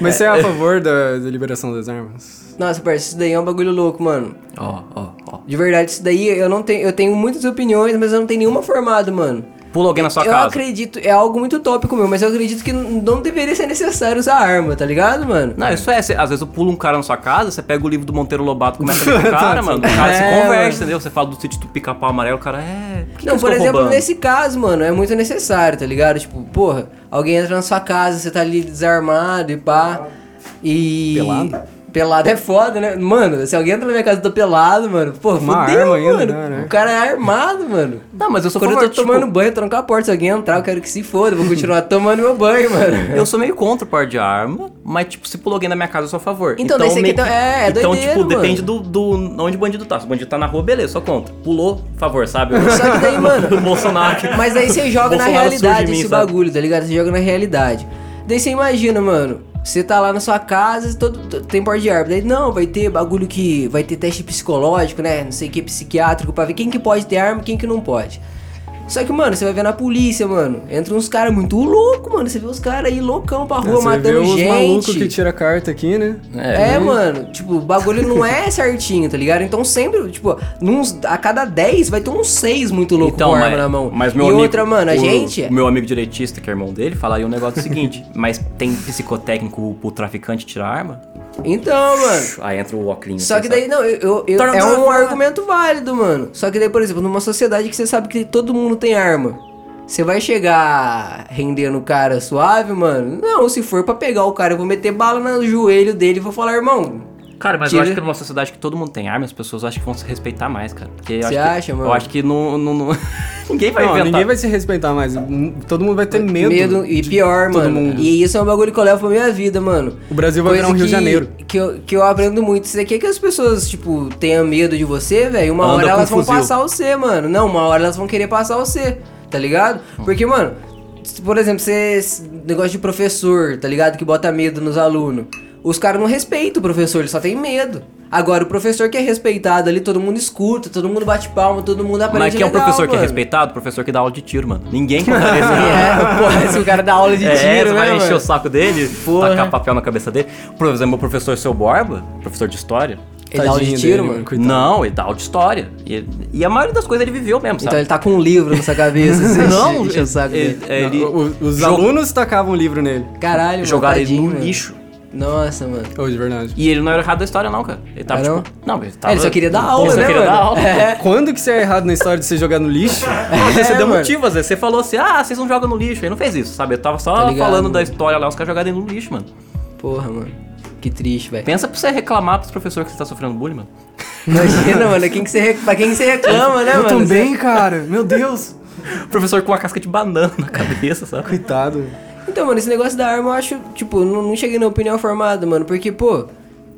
A: Mas você é a favor da, da liberação das armas?
C: Nossa, parceiro, isso daí é um bagulho louco, mano.
B: Ó, ó, ó.
C: De verdade, isso daí eu não tenho. Eu tenho muitas opiniões, mas eu não tenho nenhuma formada, mano.
B: Pula alguém na sua
C: eu
B: casa.
C: acredito, é algo muito tópico meu, mas eu acredito que n- não deveria ser necessário usar arma, tá ligado, mano?
B: Não, isso é, cê- às vezes eu pulo um cara na sua casa, você pega o livro do Monteiro Lobato, começa a ler com o
C: <laughs>
B: cara, mano, o cara se
C: É, mano.
B: conversa, entendeu? Você fala do sítio do pica-pau amarelo, o cara é... Por que
C: Não,
B: que
C: por
B: eles tão
C: exemplo,
B: roubando?
C: nesse caso, mano, é muito necessário, tá ligado? Tipo, porra, alguém entra na sua casa, você tá ali desarmado e pá. E.
A: Pelado?
C: Pelado é foda, né? Mano, se alguém entra na minha casa e eu tô pelado, mano, porra,
A: Uma
C: fudeu,
A: arma ainda,
C: mano.
A: né?
C: O cara é armado, mano.
B: Não, mas eu sou
C: Quando eu tô
B: favor, tipo,
C: tomando banho, eu tranco a porta. Se alguém entrar, eu quero que se foda, eu vou continuar <laughs> tomando meu banho, mano.
B: Eu sou meio contra o par de arma, mas, tipo, se pulou alguém na minha casa, eu sou a favor.
C: Então, daí você
B: meio
C: que tá- é, é
B: Então,
C: doideira,
B: tipo,
C: mano.
B: depende do, do onde o bandido tá. Se o bandido tá na rua, beleza, sou contra. Pulou, favor, sabe?
C: Só
B: <laughs>
C: que daí, mano,
B: O Bolsonaro. que-
C: Mas aí você joga na
B: Bolsonaro surge
C: realidade
B: em mim,
C: esse
B: sabe?
C: bagulho, tá ligado? Você joga na realidade. Daí você imagina, mano. Você tá lá na sua casa, todo, todo- tem porte de arma. Daí, não, vai ter bagulho que. Vai ter teste psicológico, né? Não sei o que, psiquiátrico, pra ver quem que pode ter arma e quem que não pode. Só que, mano, você vai ver na polícia, mano. Entra uns caras muito loucos, mano. Você vê os caras aí loucão pra
B: É,
C: rua,
A: você vê
C: matando
A: os
C: gente.
A: malucos que tira carta aqui, né?
C: É, mano, tipo, o bagulho não é <laughs> certinho, tá ligado? Então sempre, tipo, nuns- a cada 10 vai ter uns 6 muito louco com arma na mão.
B: Então, Mas meu
C: e
B: amigo,
C: outra, mano, a
B: o-
C: gente.
B: o meu amigo direitista, que é irmão dele, falaria um negócio seguinte: mas tem psicotécnico pro traficante tirar arma?
C: Então, mano.
B: Aí entra o assim, óculos.
C: Só que daí, não, eu, eu- eu-
B: Torna-
C: é um
B: torna-
C: argumento válido, mano. Só que daí, por exemplo, numa sociedade que você sabe que todo mundo tem arma. Você vai chegar rendendo o cara suave, mano? Não, se for pra pegar o cara, eu vou meter bala no joelho dele e vou falar, irmão,
B: Cara, mas
C: Tira.
B: eu acho que numa sociedade que todo mundo tem arma, as pessoas acham que vão se respeitar mais, cara. Porque eu
C: Você
B: acho que-
C: acha, mano?
B: Eu acho que não. não- <laughs> não- ninguém vai
A: não,
B: inventar.
A: ninguém vai se respeitar mais. Hum, Todo mundo vai ter medo.
C: e pior,
A: todo
C: mano.
A: mundo.
C: E isso é um bagulho que eu levo pra minha vida, mano.
A: O Brasil vai virar um Rio de
C: que,
A: Janeiro.
C: Que eu, que eu aprendo muito. Isso daqui é que as pessoas, tipo, tenham medo de você, velho. Uma
B: Anda
C: hora
B: com
C: elas vão
B: fuzil.
C: passar você, mano. Não, uma hora elas vão querer passar você, tá ligado?
B: Hum.
C: Porque, mano, se- por exemplo, você. esse Negócio de professor, tá ligado? Que bota medo nos alunos. Os caras não respeitam o professor, eles só têm medo. Agora, o professor que é respeitado ali, todo mundo escuta, todo mundo bate palma, todo mundo aprende
B: Mas que é um
C: legal,
B: professor que é
C: mano.
B: respeitado, professor que dá aula de tiro, mano.
C: <laughs>
B: Ninguém contaria esse
C: É, <laughs> porra, se o cara dá aula de
B: É,
C: tiro,
B: você
C: né,
B: vai encher
C: mano?
B: o saco dele, tacar papel na cabeça dele. Por exemplo, meu professor Seu Borba, professor de história.
C: Ele dá aula de
A: Tadinho
C: tiro,
A: dele,
C: mano.
A: coitado.
B: Não, ele dá aula de história. E, e a maioria das coisas ele viveu mesmo,
C: Então
B: sabe?
C: ele tá com um livro nessa cabeça. <laughs>
B: <laughs>
C: assim,
B: não,
C: enche o saco
B: ele, é,
C: dele.
B: ele,
A: Não, o- os
B: jogou-
A: alunos tacavam o livro nele.
C: Caralho, mano,
B: jogaram ele
C: tadinho,
B: no
C: mano.
B: lixo.
C: Nossa, mano.
A: Oh, de verdade.
B: E ele não era errado da história, não, cara. Ele tava,
C: Ah, não?
B: tipo... Não, ele tava...
C: Ele só queria dar aula,
B: Ele só
C: né,
B: queria
C: mano?
B: dar aula.
C: <laughs> É.
A: Quando que você é errado na história de você jogar no lixo?
B: Você
C: <laughs> É,
B: deu
C: mano.
B: motivo, às vezes. Você falou assim, ah, vocês não jogam no lixo. Ele não fez isso, sabe? Eu tava só
C: Tá ligado,
B: falando
C: mano.
B: da história lá, os caras jogaram ele no lixo, mano.
C: Porra, mano. Que triste, velho.
B: Pensa pra você reclamar pros professores que você tá sofrendo bullying, mano. <laughs>
C: Imagina, mano, quem que você rec... pra quem que você reclama, né,
A: eu
C: mano?
A: também, cara. Meu Deus.
B: Professor com uma casca de banana na cabeça, sabe?
A: Coitado.
C: Então, mano, esse negócio da arma eu acho, tipo, não, não cheguei na opinião formada, mano. Porque, pô,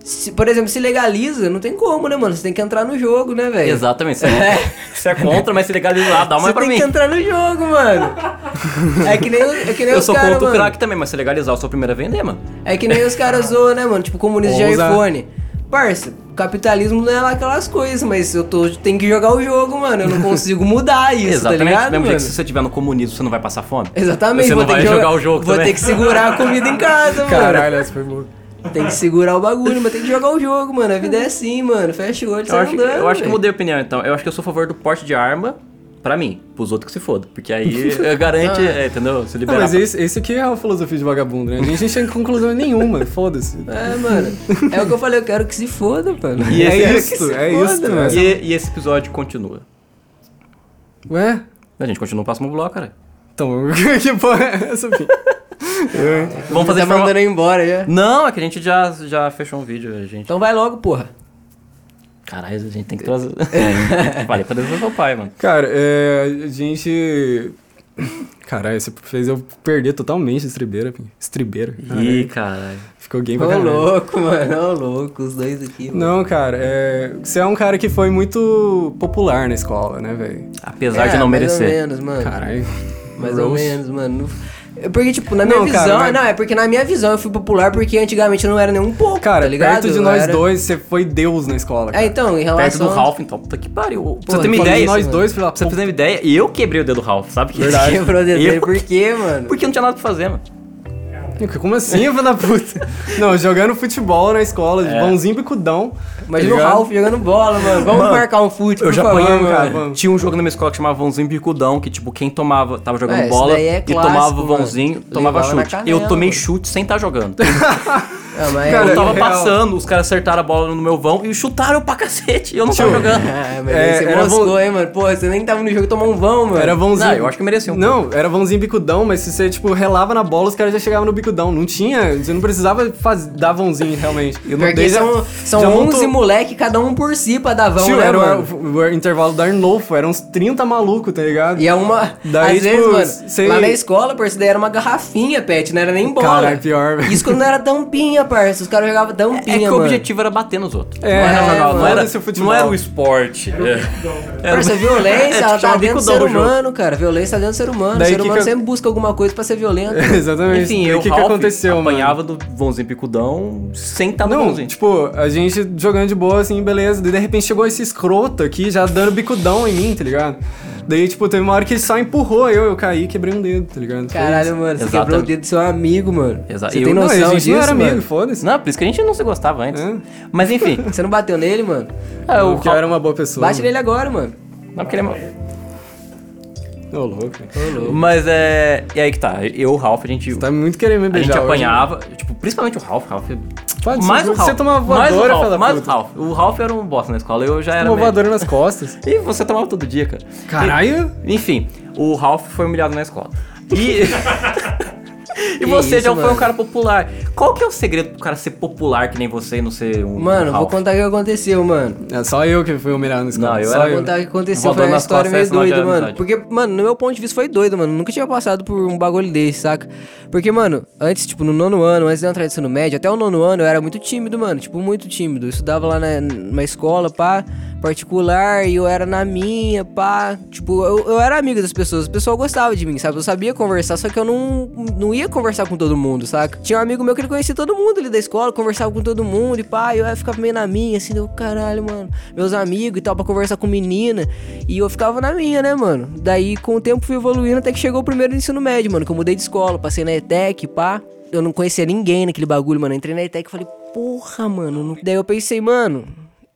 C: Se, por exemplo, se legaliza, não tem como, né, mano? Você tem que entrar no jogo, né, velho?
B: Exatamente. Você é,
C: <laughs>
B: você é contra, mas se legalizar, dá uma
C: Você
B: pra
C: tem
B: mim.
C: que entrar no jogo, mano.
B: <laughs>
C: É que nem, é que nem
B: Eu
C: os
B: sou
C: caras,
B: contra o
C: mano.
B: crack também, mas se legalizar, eu sou o primeiro a vender, mano.
C: É que nem os caras zoam, né, mano? Tipo, comunista de
A: Ousa.
C: iPhone. Parça, capitalismo não é lá aquelas coisas, mas eu tô, tenho que jogar o jogo, mano.
B: <laughs>
C: Eu não consigo mudar isso,
B: Exatamente.
C: tá ligado,
B: do mesmo jeito
C: mano?
B: que se você tiver no comunismo, você não vai passar fome.
C: Exatamente.
B: Você
C: vou
B: não
C: ter
B: vai
C: que
B: jogar o jogo
C: Vou
B: também.
C: ter que segurar a comida em casa, Então, mano.
A: Caralho, essa foi boa.
C: Tem que segurar o bagulho, mas tem que jogar o jogo, mano. A vida é assim, mano. Fecha o olho, e
B: Eu
C: sai
B: acho, que-
C: andando.
B: eu acho que eu
C: velho.
B: mudei a opinião, então. Eu acho que eu sou a favor do porte de arma pra mim, pros outros que se foda. Porque
C: <laughs>
B: aí eh, garante,
C: Ah.
B: é, entendeu? Se
A: Não,
B: liberar.
A: mas
B: pra-
A: esse, esse aqui é a filosofia de vagabundo, né? A gente não chega em conclusão nenhuma, <laughs> foda-se.
C: É, mano. É o que eu falei, eu quero que se foda, mano.
B: E esse-
A: é
B: que
A: isso,
C: se
A: é
C: foda,
A: isso,
C: mano.
A: né?
B: E, e esse episódio continua.
A: Ué?
B: A gente continua o próximo bloco, cara.
A: Então, <laughs> que porra é essa, filho?
B: Vamos fazer
C: tá
B: de forma...
C: mandando eu embora já.
B: Não, é que a gente já, já fechou um vídeo, a gente.
C: Então vai logo, porra.
B: Caralho, a gente tem que trazer. <laughs>
C: É.
B: Falei pra Deus meu pai, mano.
A: Cara, é, a gente. Caralho, você fez eu perder totalmente a estribeira, filho. Estribeira. Caralho.
B: Ih, caralho.
A: Ficou game
C: Ô
A: pra caralho.
C: louco, mano. Ô louco, os dois aqui, mano.
A: Não, cara, é, você é um cara que foi muito popular na escola, né, velho?
B: Apesar
C: É,
B: de não
C: Mais ou
B: merecer.
C: menos, mano.
A: Caralho.
C: mais ou
A: Gross.
C: menos, mano. É Porque, tipo, na minha
A: Não, cara,
C: visão.
A: mas-
C: Não, é porque na minha visão eu fui popular porque antigamente eu não era nem um pouco.
A: Cara,
C: tá ligado?
A: perto de
C: Eu
A: nós
C: era-
A: dois, você foi Deus na escola.
C: É,
A: Cara.
C: então, em
B: Perto
C: relação.
B: do
C: <laughs>
B: Ralph, então. Puta que pariu. pra
C: Porra,
B: você ter uma
C: falando
B: ideia,
A: de
B: isso,
A: nós
B: mano.
A: dois, filha da
B: Pra você ter
A: puta.
B: uma ideia, eu quebrei o dedo do Ralph, sabe? Que
C: Verdade. Quebrou o dedo dele.
B: <laughs> Eu...
C: Por quê, mano?
B: Porque não tinha nada pra fazer, mano.
A: Como assim, filho da
C: <laughs>
A: puta? Não, jogando futebol na escola, de
B: É.
A: mãozinho bicudão.
C: Imagina o
A: tá ligado?
C: Ralph jogando bola, mano. Vamos
B: Mano,
C: marcar um fute,
B: Eu
C: por
B: já
C: favor,
B: apanhei,
A: cara.
C: mano.
A: mano.
B: Tinha um jogo na minha escola que chamava Vãozinho Bicudão, que tipo, quem tomava, tava jogando
C: É, isso
B: bola
C: daí é
B: e tomava
C: clássico,
B: vãozinho,
C: mano.
B: tomava
C: Levava na
B: chute.
C: canela,
B: eu tomei
C: mano.
B: chute sem estar
C: <laughs>
B: jogando.
C: Ah, mas
A: Cara,
B: eu
C: é,
B: tava
A: real.
B: passando, os caras acertaram a bola no meu vão e chutaram pra cacete. E eu não tava jogando.
C: <laughs> Ah, mas
A: É,
C: aí você
A: era
C: moscou,
A: bom-
C: hein, mano. Pô, você nem tava no jogo tomar um vão, mano.
A: Era vãozinho.
B: Não, eu acho que merecia um
A: Não, era vãozinho bicudão, mas se você, tipo, relava na bola, os caras já chegavam no bicudão. Não tinha, você não precisava faz, dar vãozinho, realmente. Eu não
C: Pior que são, são 11 moleque, cada um por si pra dar vão,
A: Tio,
C: né,
A: era
C: mano?
A: o, o- o intervalo da Arnolfo, eram uns 30 malucos, tá ligado?
C: E é uma.
A: Daí,
C: às
A: tipo,
C: vezes, mano,
A: cê-
C: lá na escola, parceiro, daí era uma garrafinha, pet, não era nem bola.
A: Caralho, pior, velho.
C: Isso quando não era tampinha, parceiro. Os caras jogavam tampinha,
B: É que
C: mano.
B: o objetivo era bater nos outros.
A: É,
B: não, era, jogar-
C: mano.
B: não, era,
A: Foda-se o futebol.
B: não era o esporte.
A: né?
B: É. Era-
C: Parça, a violência,
B: <laughs> É,
C: ela tá
B: chamava
C: dentro do
B: bicudão
C: ser
B: o jogo.
C: humano, cara. Violência tá dentro do ser humano.
A: Daí
C: o ser
A: que
C: humano
A: que eu-
C: sempre busca alguma coisa pra
A: <laughs>
C: ser violento.
A: Exatamente.
B: Enfim,
A: E
B: eu
A: o que, que
B: Ralph,
A: aconteceu, mano?
B: apanhava do vãozinho Bicudão sem estar no
A: Não,
B: vãozinho.
A: tipo, a gente jogando de boa, assim, beleza. Daí, de repente, chegou esse escroto aqui, já dando bicudão em mim, tá ligado? Daí, tipo, teve uma hora que ele só empurrou eu, eu caí e quebrei um dedo, tá ligado? Foi isso.
C: Caralho, mano, você
B: Exatamente.
C: quebrou o dedo do seu amigo, mano.
B: Exato.
C: Você
B: Eu-
C: tem
A: Não, a
C: noção
A: gente
C: disso,
A: não era
C: mano?
A: amigo, foda-se.
B: Não, por isso que a gente não se gostava antes.
A: É.
B: Mas
A: <laughs>
B: enfim.
C: Você não bateu nele, mano?
B: é, o
A: Porque eu
B: Ralph-
A: era uma boa pessoa.
C: Bate nele agora, mano.
B: Não, porque ele é...
A: Ô, louco.
C: Ô, louco.
B: Mas é. E aí que tá. Eu, o Ralph, a gente.
A: Tá muito querendo me
B: A
A: beijar
B: gente
A: hoje, mano.
B: apanhava, tipo, principalmente o Ralph, Ralph. é
A: Pode ser,
B: mais o
A: você
B: Ralph.
A: tomava
B: mais o
A: voadora,
B: Ralph,
A: filha da
B: mais o
A: puta.
B: Ralph. O Ralph era um bosta na escola, eu já era.
A: Uma
B: médio.
A: voadora nas costas.
B: E você tomava todo dia, cara.
A: Caralho.
B: E- enfim, o Ralph foi humilhado na escola.
A: <laughs>
B: E. <laughs> E
C: Que
B: você
C: isso,
B: já foi
C: mano.
B: um cara popular. Qual que é o segredo pro cara ser popular que nem você e não ser um.
C: Mano,
B: Ralph?
C: vou contar o que aconteceu, mano.
A: É só eu que fui humilhado na escola.
B: Não, eu
A: só
B: era
C: Pra contar o que aconteceu
B: Rodou
C: foi uma
B: nas
C: história
B: costas,
C: meio
B: essa não
C: doida,
B: adianta,
C: mano.
B: amizade.
C: Porque, mano, no meu ponto de vista foi doido, mano. Nunca tinha passado por um bagulho desse, saca? Porque, mano, antes, tipo, no nono ano, antes de eu entrar no ensino médio, até o nono ano eu era muito tímido, mano. Tipo, muito tímido. Eu estudava lá na, numa escola, pá, particular, e eu era na minha, pá. Tipo, eu, eu era amigo das pessoas, o pessoal gostava de mim, sabe? Eu sabia conversar, só que eu não, não ia conversar com todo mundo, saca? Tinha um amigo meu que ele conhecia todo mundo ali da escola, conversava com todo mundo, e pá, eu ia ficar meio na minha, assim, deu caralho, mano. Meus amigos e tal, pra conversar com menina. E eu ficava na minha, né, mano? Daí, com o tempo, fui evoluindo até que chegou o primeiro ensino médio, mano. Que eu mudei de escola, passei na ETEC, pá. Eu não conhecia ninguém naquele bagulho, mano. Eu entrei na ETEC e falei, porra, mano. não- Daí eu pensei, mano,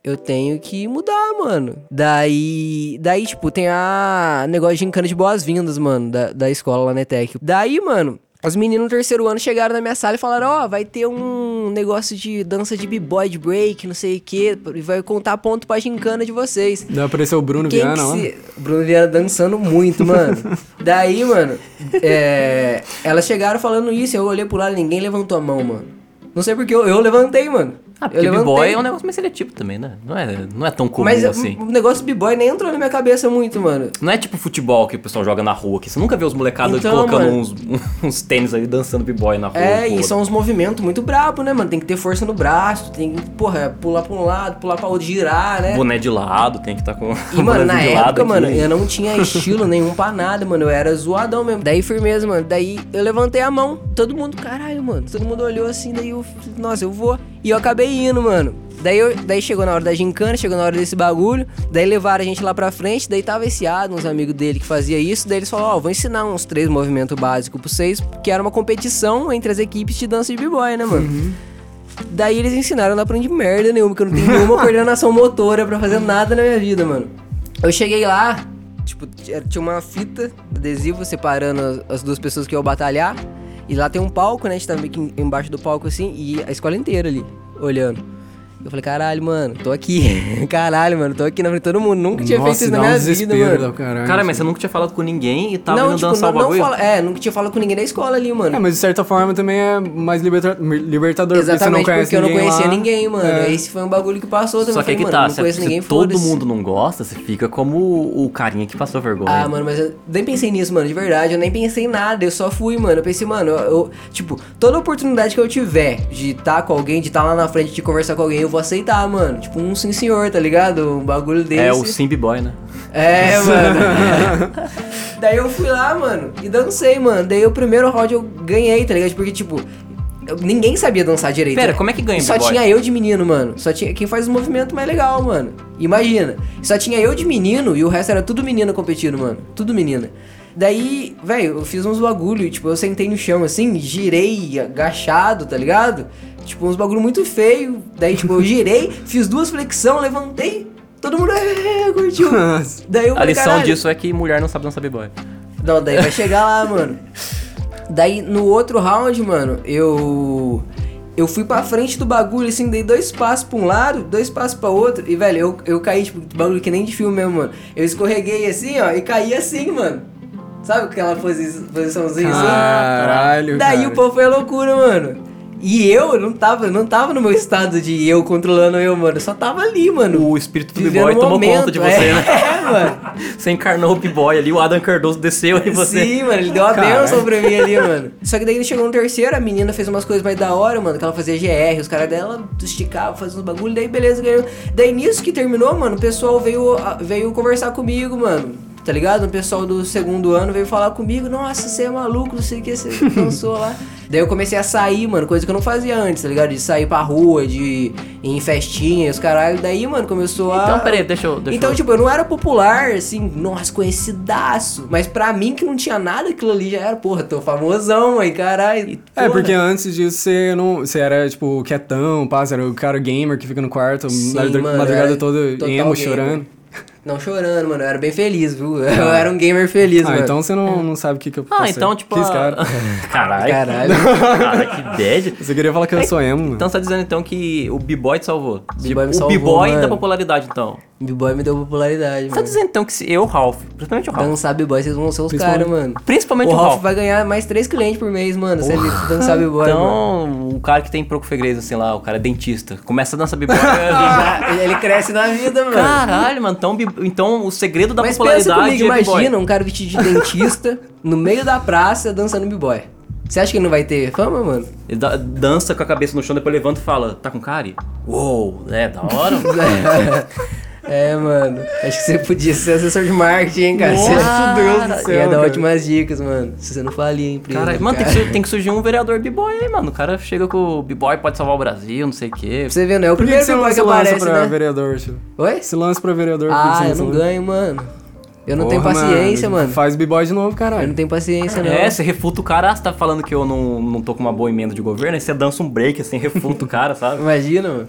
C: eu tenho que mudar, mano. Daí. Daí, tipo, tem a negócio de encana de boas-vindas, mano, da, da escola lá na ETEC. Daí, mano, as meninas no terceiro ano chegaram na minha sala e falaram: Ó, vai ter um negócio de dança de b-boy, de break, não sei o quê, e vai contar ponto pra gincana de vocês.
A: Daí apareceu o Bruno
C: Quem
A: Viana
C: que
A: lá.
C: se... Bruno Viana dançando muito, mano. Daí, mano, é, elas chegaram falando isso, eu olhei pro lado e ninguém levantou a mão, mano. Não sei porque eu, eu levantei, mano.
B: Ah, porque
C: levantei-
B: b-boy é um negócio mais seletivo também, né? Não é, não é tão comum
C: Mas
B: assim.
C: o negócio b-boy nem entrou na minha cabeça muito, mano.
B: Não é tipo futebol que o pessoal joga na rua, que você nunca vê os molecados
C: Então,
B: colocando
C: mano.
B: uns, <laughs> uns tênis ali dançando b-boy na rua.
C: É,
B: pô.
C: e são uns movimentos muito brabo, né, mano? Tem que ter força no braço, tem que, porra, pular pra um lado, pular pra outro, girar, né?
B: Boné de lado, tem que estar com <laughs>
C: E, mano, na
B: bonézinho de
C: época,
B: lado
C: mano,
B: aqui.
C: eu não <laughs> tinha estilo nenhum pra nada, mano. Eu era zoadão mesmo. Daí, firmeza, mano. Daí eu levantei a mão. Todo mundo, caralho, mano. Todo mundo olhou assim, daí eu, nossa, eu vou. E eu acabei indo, mano. Daí, eu- daí chegou na hora da gincana, chegou na hora desse bagulho. Daí levaram a gente lá pra frente. Daí tava esse Adam, uns amigos dele que fazia isso. Daí eles falaram: Ó, vou ensinar uns três movimentos básicos pra vocês, que era uma competição entre as equipes de dança de b-boy, né, mano? Daí eles ensinaram, eu não aprendi merda nenhuma, que eu não
B: <laughs>
C: tenho nenhuma coordenação motora pra fazer nada na minha vida, mano. Eu cheguei lá, tipo, t- tinha uma fita adesiva separando as- as duas pessoas que iam batalhar. E lá tem um palco, né? A gente tá meio que em- embaixo do palco assim, e a escola inteira ali, olhando. Eu falei, caralho, mano, tô aqui. <laughs> Caralho, mano, tô aqui na frente de todo mundo. Nunca tinha feito isso na
A: dá um
C: minha vida,
A: desespero
C: mano.
A: do caralho.
B: Cara, mas você nunca tinha falado com ninguém e tava indo
C: tipo,
B: dançar
C: não,
B: o
C: não
B: bagulho?
C: fala, é, nunca tinha falado com ninguém da escola ali, mano.
A: É, mas de certa forma também é mais liberta- libertador. porque você não
C: Exatamente,
A: conhece
C: porque eu não
A: ninguém
C: conhecia
A: lá.
C: ninguém, mano.
A: É.
C: Esse foi um bagulho que passou também.
B: Só que
C: Eu
B: aí que
C: falei,
B: tá,
C: mano, não
B: se,
C: conheço
B: se
C: ninguém,
B: todo
C: foda-se.
B: mundo não gosta, você fica como o, o carinha que passou vergonha.
C: Ah, mano, mas eu nem pensei nisso, mano, de verdade. Eu nem pensei em nada, eu só fui, mano. Eu pensei, mano, eu, eu- tipo, toda oportunidade que eu tiver de estar com alguém, de estar lá na frente, de conversar com alguém, eu vou aceitar, mano. Tipo, um sim senhor, tá ligado? Um bagulho desse.
B: é o Simbi Boy, né? <laughs>
C: É, mano. Daí eu fui lá, mano, e dancei, mano. Daí o primeiro round eu ganhei, tá ligado? Porque, tipo, eu- ninguém sabia dançar direito. né?
B: Pera, como é que ganha
C: Só
B: b-boy?
C: tinha eu de menino, mano. Só tinha quem faz os movimentos mais legal, mano. Imagina. Só tinha eu de menino e o resto era tudo menino competindo, mano. Tudo menina. Daí, velho, eu fiz uns bagulho, tipo, eu sentei no chão assim, girei, agachado, tá ligado? Tipo, uns bagulho muito feio. Daí, tipo, eu girei, fiz duas flexão, levantei. Todo mundo
B: <laughs>
C: "É, curtiu.
A: Nossa.
C: Daí eu
B: A
C: falei,
B: lição
C: "Caralho."
B: disso é que mulher não sabe dançar b-boy. <laughs>
C: Não, daí vai chegar lá, mano. Daí no outro round, mano, eu. Eu fui pra frente do bagulho, assim, dei dois passos pra um lado, dois passos pra outro. E, velho, eu, eu caí, tipo, do bagulho que nem de filme mesmo, mano. Eu escorreguei assim, ó, e caí assim, mano. Sabe aquela posi posiçãozinha assim?
A: Caralho,
C: Daí
A: cara.
C: o povo foi loucura, mano. E eu não tava, não tava no meu estado de eu controlando eu, mano. Eu Só tava ali, mano.
B: O espírito do
C: Vivendo
B: b-boy
C: o
B: tomou
C: momento,
B: conta de
C: é.
B: você, né?
C: É, <laughs> mano.
B: Você encarnou o b-boy ali, o Adam Cardoso desceu e você...
C: Sim, mano, ele deu uma
A: Caralho.
C: bênção pra mim
B: <laughs>
C: ali, mano. Só que daí chegou um terceiro, a menina fez umas coisas mais da hora, mano, que ela fazia GR, os caras dela esticavam, faziam uns bagulho, daí beleza, ganhou. Daí nisso que terminou, mano, o pessoal veio, a- veio conversar comigo, mano. Tá ligado? O pessoal do segundo ano veio falar comigo, nossa, você é maluco, não sei o
B: <laughs>
C: que, você dançou lá. Daí eu comecei a sair, mano, coisa que eu não fazia antes, tá ligado? De sair pra rua, de ir em festinhas, caralho. Daí, mano, começou a.
B: Então, peraí, deixa eu... Deixa
C: Ah. Então,
B: eu...
C: tipo, eu não era popular, assim, nossa, conhecidaço. Mas pra mim, que não tinha nada, aquilo ali já era, porra, tô famosão, aí, caralho.
A: É,
C: porra.
A: porque antes disso você não. Você era, tipo, quietão, pá, você era o cara gamer que fica no quarto
C: Sim,
A: madru-
C: mano,
A: madrugada
C: era
A: toda
C: total
A: emo
C: gamer.
A: chorando.
C: Não chorando, mano, eu era bem feliz, viu? <laughs> Eu era um gamer feliz,
A: Ah,
C: mano.
A: então você
C: É.
A: não, não sabe o que, que eu
B: Ah,
A: passei.
B: então, tipo...
A: Que
B: a-
A: esse
C: <laughs>
A: cara.
B: Caralho.
C: Caralho.
B: Cara, que bad.
A: Você queria falar que eu sou emo, mano.
B: Então você tá dizendo então que o b-boy te salvou. Tipo,
C: B-boy me
B: o
C: salvou,
B: b-boy
C: mano. Hum.
B: da popularidade, então.
C: B-boy me deu popularidade,
B: Você tá
C: mano.
B: dizendo então que se eu, Ralph, principalmente o Ralph,
C: Dançar B-boy, vocês vão ser os
A: Principalmente-
C: caras, mano.
B: principalmente
C: O
B: o
C: Ralph
B: Ralph,
C: vai ganhar mais três clientes por mês, mano, se ele dançar B-boy, mano.
B: então, o cara que tem proco fegredo, assim lá, o cara é dentista, começa a dançar b-boy. <laughs> é-
C: Ah, ele- Ele cresce na vida, mano.
B: Caralho, mano, então, bi- então o segredo da
C: Mas pensa
B: popularidade
C: comigo,
B: é b-boy.
C: imagina um cara vestido de dentista no meio da praça dançando b-boy. Você acha que ele não vai ter fama, mano?
B: Ele da- dança com a cabeça no chão, depois levanta e fala, tá com cari? Uou, é, da hora.
C: <laughs> é, mano. Acho que você podia ser assessor de marketing, hein, cara.
A: Nossa,
C: Você-
A: Deus do céu,
C: Ia dar
A: cara.
C: ótimas dicas, mano. Se você não falir a empresa.
B: Caralho,
C: do
B: mano, tem que,
C: cara.
B: su- tem que surgir um vereador b-boy aí, mano. O cara chega com o b-boy pode salvar o Brasil, não sei o quê.
C: Pra você ver, né? É o
A: Por que,
C: primeiro
A: que você
C: que,
A: não
C: que
A: se lança
C: aparece,
A: pra
C: né?
A: vereador, tio?
C: Oi?
A: Se lança pra vereador. por que
C: Ah,
A: você
C: eu não
A: se lança?
C: ganho, mano. Eu não tenho
A: Porra,
C: paciência, mano.
A: Faz b-boy de novo,
C: Eu não
A: caralho.
C: tenho paciência, não.
B: É, você refuta o cara, ah, você tá falando que eu não, não tô com uma boa emenda de governo, aí você dança um break, assim, refuta o cara, sabe?
C: Imagina, mano.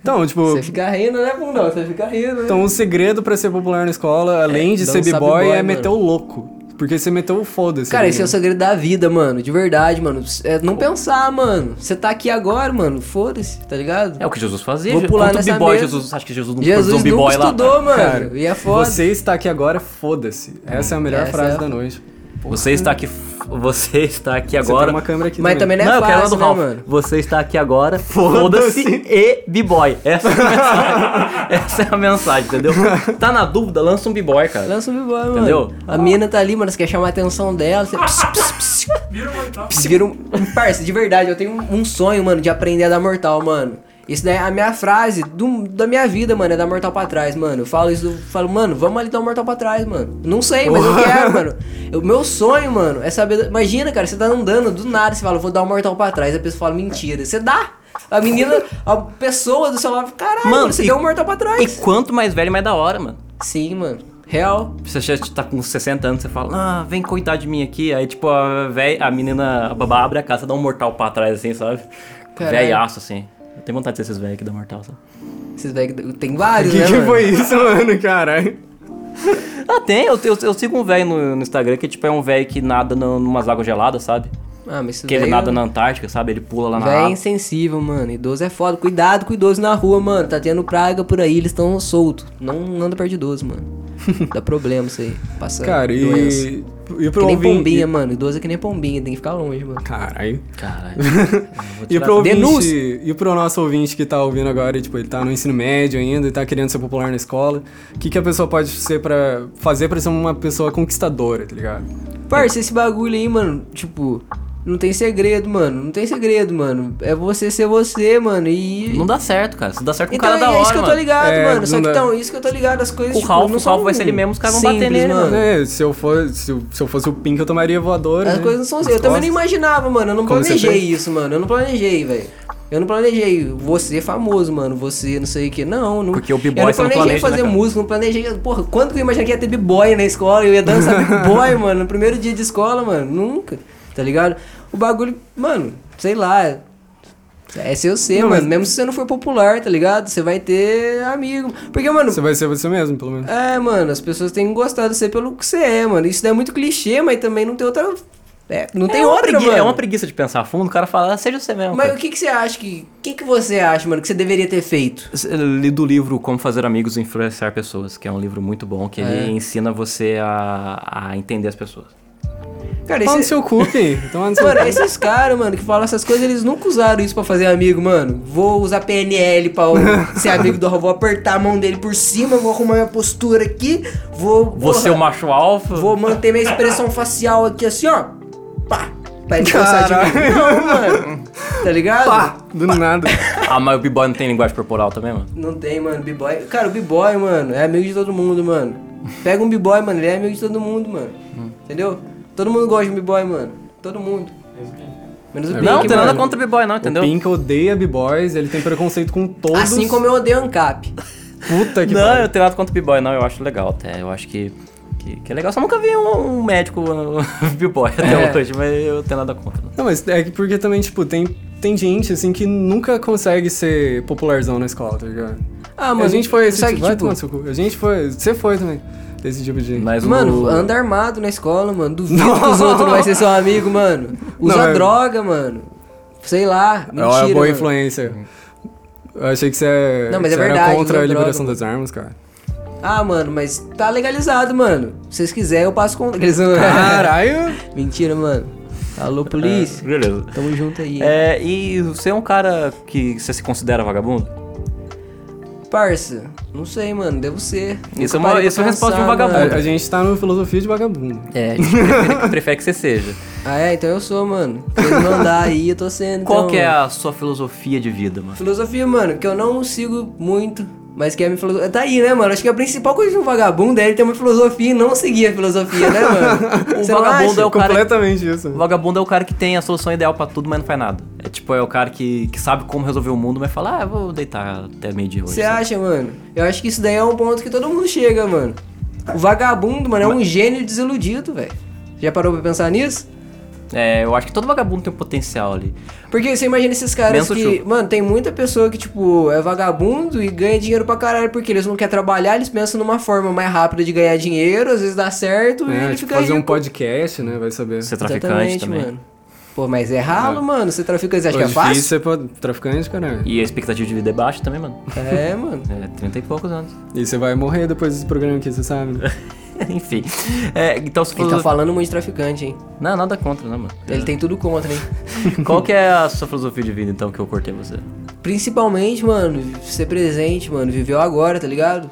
A: Então, tipo,
C: Você fica rindo, né, bundão? Você fica rindo, né?
A: Então o segredo pra ser popular na escola, além de ser
C: dançar
A: b-boy,
C: É, b-boy,
A: é
C: mano.
A: meter o louco. Porque você meteu o foda-se.
C: Cara,
A: né?
C: esse é o segredo da vida, mano. De verdade, mano. É não pensar, mano. Você tá aqui agora, mano. Foda-se, tá ligado?
B: É o que Jesus fazia.
C: Vou pular
B: Quanto
C: nessa
B: b-boy
C: mesa.
B: Jesus, acho que Jesus não
C: Jesus
B: produziu
C: nunca
B: b-boy lá.
C: estudou, mano.
A: Cara,
C: e é foda.
A: Você está aqui agora, foda-se. Essa é a melhor
C: Essa
A: frase
C: é-
A: da noite.
B: Você está aqui. Você está aqui
A: Você
B: agora.
A: tem uma câmera aqui
C: Mas também não é
B: não, eu quero lá do
C: fácil, né,
B: Ralph.
C: mano?
B: Você está aqui
C: <laughs>
B: agora,
A: Foda-se.
B: foda-se e b-boy. Essa é a mensagem. <laughs> Essa é a mensagem, entendeu? Tá na dúvida, lança um b-boy, cara.
C: Lança o B-Boy, mano.
B: Entendeu?
C: A mina tá ali, mano, você quer chamar a atenção dela, você... Pss, pss, pss,
D: Vira uma etapa.
C: pss, vira um... Parça, de verdade, eu tenho um- um sonho, mano, de aprender a dar mortal, mano. Isso daí é a minha frase do- da minha vida, mano, é dar mortal pra trás, mano. Eu falo isso, eu falo, mano, vamos ali dar um mortal pra trás, mano. Não sei, mas eu quero, mano. O meu sonho, mano, é saber... Imagina, cara, você tá andando, do nada, você fala, vou dar um mortal pra trás. A pessoa fala, mentira. Você dá. A menina, a pessoa do seu lado, caralho, mano, você
B: e-
C: deu um mortal pra trás.
B: E quanto mais velho, mais da hora, mano.
C: Sim, mano. Real.
B: Você já tá com 60 anos, você fala, ah, vem cuidar de mim aqui. Aí, tipo, a, véi, a menina, a babá abre a casa, dá um mortal pra trás, assim, sabe?
C: Caralho.
B: Velhaço, assim. Eu tenho vontade de ser esses velhos que dão mortal, sabe?
C: Esses daí que tem
A: <laughs>
C: vários,
A: Que
C: né,
A: que
C: mano?
A: foi isso, mano, caralho?
B: Ah, tem. Eu, eu, eu sigo um velho no, no Instagram que, tipo, é um velho que nada no, numas águas geladas, sabe?
C: Ah, mas isso
B: Que ele
C: daí-
B: nada na Antártica, sabe? Ele pula lá na
C: Véi é
B: água.
C: insensível, mano. Idoso é foda. Cuidado com idoso na rua, mano. Tá tendo praga por aí, eles estão soltos. Não anda perto de
A: <laughs>
C: idoso, mano. Dá problema isso aí. Passa
A: Cara,
C: É, doença.
A: e. E
C: Que
A: pro
C: nem
A: ouvinte.
C: pombinha, mano. Idoso é que nem pombinha, tem que ficar longe, mano.
A: Caralho.
C: <laughs>
B: Caralho.
A: E pro, ouvinte,
C: Denúncia!
A: e pro nosso ouvinte que tá ouvindo agora, e, tipo, ele tá no ensino médio ainda e tá querendo ser popular na escola, o que, que a pessoa pode ser pra fazer pra ser uma pessoa conquistadora, tá ligado?
C: Parça, esse bagulho aí, mano, tipo, não tem segredo, mano. Não tem segredo, mano. É você ser você, mano. E.
B: Não dá certo, cara. Se dá certo com o
C: Então,
B: cara da
C: é
B: hora,
C: isso que eu tô
B: mano.
C: ligado,
A: É,
C: mano. Só
A: não
C: que
A: dá.
C: então, isso que eu tô ligado, as coisas.
B: O
C: tipo,
B: Ralph-
C: não
B: o Ralph
C: são
B: vai ser ele mesmo, os caras vão
C: simples,
B: bater nele, mano.
A: É, se eu, for, se, eu, se eu fosse o Pink, eu tomaria voadora.
C: As
A: né?
C: coisas não são assim.
A: Nas
C: Eu também não
A: costas.
C: imaginava, mano. Eu não
A: Como você
C: planejei
A: fez?
C: isso, mano. Eu não planejei, velho. Eu não planejei você é famoso, mano. Você não sei o que. Não, não.
B: Porque o b-boy
C: Eu não
B: você não
C: planejei
B: planeja, né,
C: fazer
B: cara?
C: música, não planejei. Porra, quando que eu imaginei que ia ter b-boy na escola? Eu ia dançar b-boy, mano. No primeiro dia de escola, mano. Nunca. Tá ligado? O bagulho, mano, sei lá. É seu ser,
A: Não,
C: mano.
A: mas-
C: Mesmo se você não for popular, tá ligado? Você vai ter amigo. Porque, mano,
A: Você vai ser você mesmo, pelo menos.
C: é, mano, as pessoas têm que gostar de você pelo que você é, mano. Isso daí é muito clichê, mas também não tem outra. É, não tem
B: é uma
C: outra,
B: pregui-
C: mano.
B: É uma preguiça de pensar a fundo, o cara fala, ah, seja você mesmo.
C: Mas
B: cara.
C: o que, que você acha que. O que, que você acha, mano, que você deveria ter feito?
B: Eu eh, li do livro Como Fazer Amigos e Influenciar Pessoas, que é um livro muito bom, que
C: É.
B: ele ensina você a, a entender as pessoas.
C: Cara,
A: Toma no
C: esse...
A: seu cu, Pink. Toma no seu
C: <laughs> mano,
A: cu.
C: esses caras, mano, que falam essas coisas, eles nunca usaram isso pra fazer amigo, mano. Vou usar
B: <laughs>
C: PNL pra eu ser amigo do robô, vou apertar a mão dele por cima, vou arrumar minha postura aqui, vou.
B: Você é o
C: porra,
B: macho alfa?
C: Vou manter minha expressão facial aqui assim, ó. Pá! Pra ele gostar de mim.
A: Caralho.
C: Não, mano. Tá ligado?
A: Pá, do nada.
B: Ah, mas o b-boy não tem linguagem corporal também, mano?
C: Não tem, mano. B-boy. Cara, o B-boy, mano, é amigo de todo mundo, mano. Pega um B-boy, mano, ele é amigo de todo mundo, mano.
A: Hum.
C: Entendeu? Todo mundo gosta de um B-boy, mano. Todo mundo. Menos o
A: É
C: Pink,
A: verdade.
B: não, tem nada
C: mano.
B: contra o b-boy não, entendeu?
A: O Pink odeia B-Boys, ele tem preconceito com todos.
C: Assim como eu odeio ANCAP. é
A: Puta que
B: Não,
A: pariu.
B: eu tenho nada contra o b-boy não, eu acho legal até, eu acho que... Que, que é legal, só nunca vi um, um médico uh, <laughs> b-boy até
C: É.
B: hoje, mas eu tenho nada contra. não.
A: Não, mas é que porque também, tipo, tem, tem gente, assim, que nunca consegue ser popularzão na escola, tá ligado?
C: Ah,
A: a gente foi esse
C: sabe,
A: tipo, vai
C: tipo,
A: tomar no seu cu. A gente foi, você foi também, desse tipo de gente.
B: Mas
C: Mano,
B: o...
C: anda armado na escola, mano. Duvido que
A: <laughs>
C: os outros não vai ser seu amigo, mano. Usa
A: Não, é-
C: droga, mano. Sei lá.
A: É
C: Mentira.
A: uma boa
C: mano.
A: influência. Eu achei que você, é-
C: Não, mas é
A: você
C: verdade,
A: era contra
C: não
A: a
C: é
A: liberação
C: droga,
A: das armas,
C: <laughs>
A: cara.
C: Ah, mano, mas tá legalizado, mano. Se vocês quiserem, eu passo com. Eles-
A: né? Caralho!
C: <laughs> Mentira, mano. Alô, polícia.
B: Beleza.
C: Tamo junto aí.
B: É, e você é um cara que você se considera
C: <laughs>
B: vagabundo?
C: Parça, não sei, mano, devo ser.
B: Isso
C: Nunca
B: é uma-
C: parei pra
B: isso é uma resposta de um
C: pensar,
B: vagabundo.
C: mano.
A: a, a gente tá no filosofia de vagabundo.
B: É, a gente prefere, que- prefere que você seja.
C: Ah, é, então eu sou, mano. Vocês mandar aí, eu tô sendo.
B: Qual
C: então,
B: que é
C: mano.
B: a sua filosofia de vida, mano?
C: Filosofia, mano, que eu não sigo muito, mas que é a minha filosofia. Tá aí, né, mano? Acho que a principal coisa de um vagabundo é ele ter uma filosofia e não seguir a filosofia, né, mano?
B: <laughs> O
C: Você não
B: vagabundo
C: acha?
B: é o cara-
A: Completamente isso.
B: O vagabundo é o cara que tem a solução ideal pra tudo, mas não faz nada. É tipo, é o cara que, que sabe como resolver o mundo, mas fala, ah, eu vou deitar até meio-dia hoje.
C: Você
B: sabe?
C: acha, mano? Eu acho que isso daí é um ponto que todo mundo chega, mano. O vagabundo, mano, é um gênio desiludido, velho. Já parou pra pensar nisso?
B: É, eu acho que todo vagabundo tem um potencial ali.
C: Porque você imagina esses caras
B: Menos o
C: que.
B: Chupa.
C: Mano, tem muita pessoa que, tipo, é vagabundo e ganha dinheiro pra caralho, porque eles não querem trabalhar, eles pensam numa forma mais rápida de ganhar dinheiro, às vezes dá certo e
A: É,
C: ele
A: tipo,
C: fica
A: fazer um
C: rico.
A: podcast, né? Vai saber.
B: Ser traficante
C: Exatamente,
B: também.
C: mano. Pô, mas é ralo, mano. Você trafica, você acha
A: Pô,
C: que é fácil?
A: difícil ser pra traficante, caralho.
B: E a expectativa de vida é baixa também, mano.
C: É, mano.
A: <laughs>
B: É, 30 e poucos anos. <laughs>
C: <laughs>
A: E você vai morrer depois desse programa aqui, você sabe. né?
B: Enfim. É, então se
C: Ele
B: for.
C: tá falando muito de traficante, hein?
B: Não, nada contra, não, mano.
A: É.
C: Ele tem tudo contra, hein?
B: Qual que é a sua filosofia de vida, então, que eu cortei você?
C: Principalmente, mano, ser presente, mano, viveu agora, tá ligado?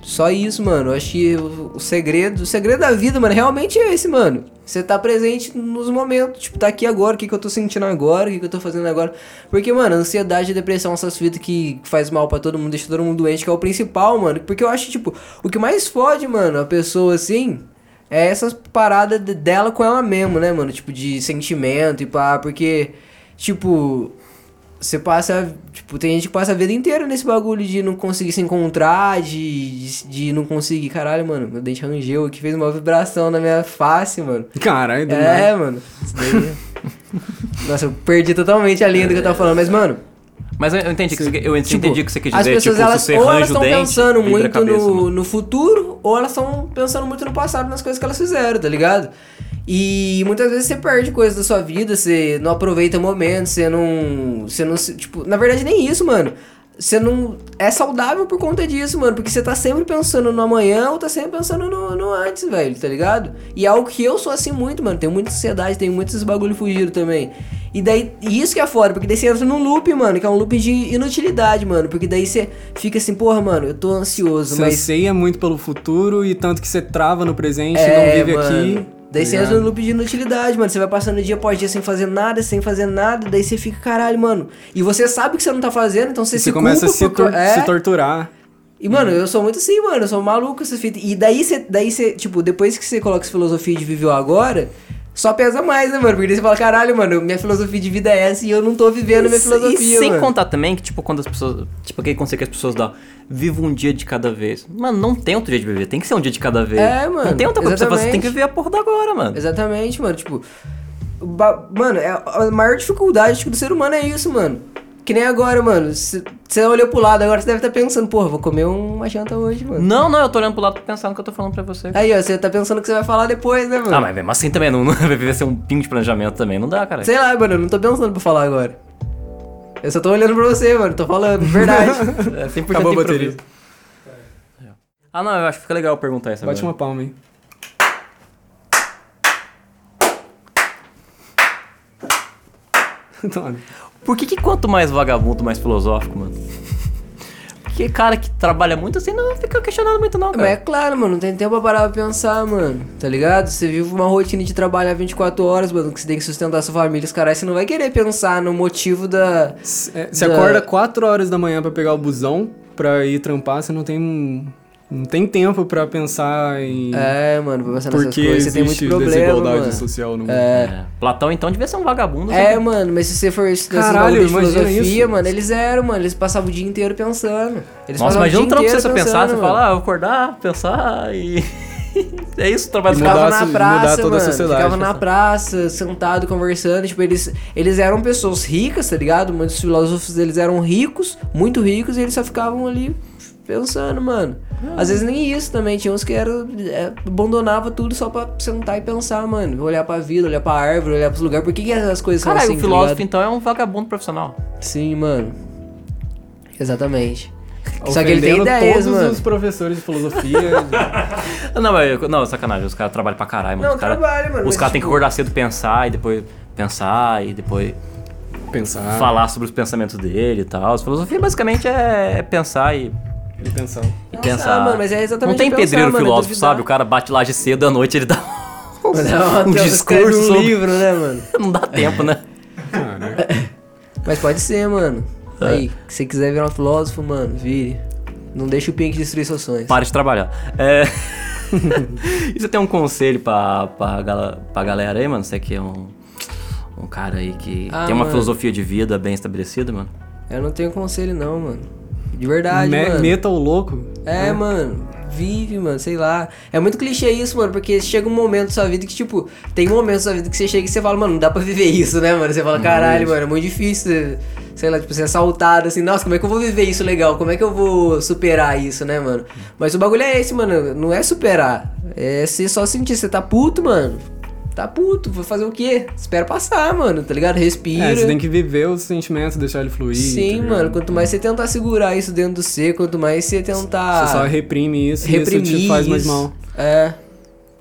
C: Só isso, mano. Eu acho que o o segredo, o segredo da vida, mano, realmente é esse, mano. Você tá presente nos momentos, tipo, tá aqui agora, o que, que eu tô sentindo agora, o que, que eu tô fazendo agora. Porque, mano, ansiedade e depressão, essas fitas que faz mal pra todo mundo, deixa todo mundo doente, que é o principal, mano. Porque eu acho, tipo, o que mais fode, mano, a pessoa assim, é essas paradas de- dela com ela mesmo, né, mano? Tipo, de sentimento e pá, porque, tipo, você passa. Tipo, tem gente que passa a vida inteira nesse bagulho de não conseguir se encontrar, de, de, de não conseguir. Caralho, mano, meu dente rangeu aqui, fez uma vibração na minha face, mano.
A: Caralho, do nada.
C: É, <laughs> mano. Isso daí. Nossa, eu perdi totalmente a linha do que eu tava falando, mas, mano.
B: Mas eu- eu entendi, que você, eu entendi
C: Tipo,
B: o que você quis
C: As
B: dizer.
C: pessoas,
B: tipo,
C: elas,
B: se você
C: ou elas
B: arranja o
C: estão
B: dente,
C: pensando
B: vibra a
C: muito
B: cabeça,
C: no,
B: mano.
C: no futuro, ou elas estão pensando muito no passado, nas coisas que elas fizeram, tá ligado? E muitas vezes você perde coisas da sua vida, você não aproveita momentos, você não. Você não. se- Tipo, na verdade, nem isso, mano. Você não. É saudável por conta disso, mano. Porque você tá sempre pensando no amanhã ou tá sempre pensando no, no antes, velho, tá ligado? E é algo que eu sou assim muito, mano. Tenho muita ansiedade, tenho muitos bagulho fugido também. E daí, e isso que é foda, porque daí você entra num loop, mano, que é um loop de inutilidade, mano. Porque daí você fica assim, porra, mano, eu tô ansioso,
A: Você
C: mas.
A: anseia muito pelo futuro e tanto que você trava no presente
C: É,
A: e não vive
C: mano.
A: aqui.
C: Daí você
A: Tá
C: entra no
A: ligado?
C: loop de inutilidade, mano. Você vai passando dia após dia sem fazer nada, sem fazer nada. Daí você fica, caralho, mano. E você sabe que você não tá fazendo, então você,
A: Você
C: se
A: começa a
C: culpa
A: se,
C: por...
A: tor- Uhum.
C: é.
A: se torturar.
C: E, mano, eu sou muito assim, mano. Eu sou maluco com essas fitas. E daí você, daí você, tipo, depois que você coloca essa filosofia de viveu agora, só pesa mais, né, mano? Porque daí você fala, caralho, mano, minha filosofia de vida é essa e eu não tô vivendo minha
B: E-
C: filosofia,
B: E sem
C: mano.
B: contar também que, tipo, quando as pessoas. Tipo, aquele conselho que as pessoas dão. Viva um dia de cada vez. Mano, não tem outro dia de viver. Tem que ser um dia de cada vez.
C: É, mano,
B: Não tem outra coisa pra você fazer. Você tem que
C: exatamente.
B: viver a porra do agora, mano.
C: Exatamente, mano. Tipo, ba- mano, é a maior dificuldade acho que, do ser humano é isso, mano. Que nem agora, mano. Você olhou pro lado, agora você deve estar pensando, porra, vou comer uma janta hoje, mano.
B: Não, não, eu tô olhando pro lado pensando no que eu tô falando pra você.
C: Aí, ó, você tá pensando o que você vai falar depois, né, mano?
B: Ah, mas mesmo assim também não, <laughs> não vai viver ser um pingo de planejamento também. Não dá, cara.
C: Sei lá, mano, eu não tô pensando pra falar agora. Eu só tô olhando pra você, mano, tô falando,
B: <laughs>
C: verdade.
B: É 100%
A: Acabou a bateria.
B: improviso. É. Ah, não, eu acho que fica legal perguntar isso
A: Tá Bate uma
B: agora.
A: palma aí. <laughs> Toma.
B: Por que, que quanto mais vagabundo, mais filosófico, mano? Porque cara que trabalha muito assim não fica questionado muito, não,
C: Mas é
B: cara.
C: claro, mano, não tem tempo pra parar pra pensar, mano. Tá ligado? Você vive uma rotina de trabalhar 24 horas, mano, que você tem que sustentar sua família, os caras, você não vai querer pensar no motivo da.
A: É, Você
C: Da-
A: acorda 4 horas da manhã pra pegar o busão pra ir trampar, você não tem. Não tem tempo pra pensar em.
C: É, mano, pra pensar nessas
A: porque
C: coisas, você
A: existe
C: tem muito problema.
A: desigualdade
C: Mano.
A: social no mundo.
B: É. Platão então devia ser um vagabundo.
C: É,
B: sabe?
C: mano, mas se você for estudar esse
A: Caralho,
C: bagulho de
A: imagina
C: filosofia,
A: isso.
C: mano, eles eram, mano, eles passavam o dia inteiro pensando. Eles
B: Nossa,
C: passavam o dia
B: imagina um trampo que
C: inteiro
B: você só pensar, você
C: pensando,
B: fala,
C: mano.
B: ah, eu acordar, pensar e. <laughs> é isso, trabalho
A: E
B: do
A: mudar a so-
B: cara.
C: Ficava na
A: mudar
C: praça,
A: toda a
C: mano.
A: sociedade,
C: Ficava na
B: pessoal.
C: praça, sentado, conversando. Tipo, eles, eles eram pessoas ricas, tá ligado? Muitos filósofos, eles eram ricos, muito ricos, e eles só ficavam ali pensando, mano.
B: Ah.
C: Às vezes nem isso também. Tinha uns que era, é, abandonava tudo só pra sentar e pensar, mano. Olhar pra vida, olhar pra árvore, olhar pros lugares. Por que, que essas coisas
B: Caralho,
C: são assim,
B: o
C: tá
B: filósofo
C: ligado?
B: então é um vagabundo profissional.
C: Sim, mano. Exatamente.
A: Ofendendo
C: Só que ele tem ideias,
A: todos
C: mano.
A: os professores de filosofia.
B: Não, mas, eu- não, sacanagem, os caras trabalham pra caralho, mano.
C: Não,
B: os cara-
C: trabalha, mano,
B: Os
C: mas,
B: caras têm que
C: tipo-
B: acordar cedo, pensar e depois pensar e depois
C: Ah.
A: pensar.
B: falar sobre os pensamentos dele e tal. Filosofia basicamente é é pensar e,
A: E pensar.
B: e
C: Nossa,
B: pensar.
C: mano, mas é exatamente
B: Não tem
C: pensar,
B: pedreiro
C: mano, é
B: filósofo,
C: duvidar.
B: sabe? O cara bate laje cedo à noite, ele dá <laughs> um,
C: Até escreve
B: discurso.
C: um
B: sobre-
C: livro, né, mano?
B: <laughs> Não dá tempo,
C: <laughs>
B: né?
A: Cara,
C: Mas pode ser, mano.
B: É.
C: Aí, se você quiser virar um filósofo, mano, vire. Não deixa o Pink destruir seus sonhos.
B: Para de trabalhar. É... <laughs> e você tem um conselho pra, pra, gala- pra galera aí, mano? Você que é um, um cara aí que
C: Ah,
B: tem uma
C: mano.
B: filosofia de vida bem estabelecida, mano?
C: Eu não tenho conselho, não, mano. De verdade,
A: me-
C: mano.
A: meta o louco.
C: É, mano. Vive, mano, sei lá. É muito clichê isso, mano, porque chega um momento da sua vida que, tipo, tem momentos da sua vida que você chega e você fala, mano, não dá pra viver <laughs> isso, né, mano? Você fala, caralho, mano, é muito difícil. Sei lá, tipo, ser assaltado, assim, nossa, como é que eu vou viver isso legal? Como é que eu vou superar isso, né, mano? Mas o bagulho é esse, mano, não é superar. É você só sentir, você tá puto, mano. Tá puto, vou fazer o quê? Espera passar, mano, tá ligado? Respira.
A: É, você tem que viver os sentimentos, deixar ele fluir.
C: Sim,
A: tá ligado?
C: mano, quanto mais você tentar segurar isso dentro do ser, quanto mais você tentar.
A: Você só reprime isso e isso
C: ah. reprimir
A: te faz mais
C: isso.
A: mal.
C: É,
B: Que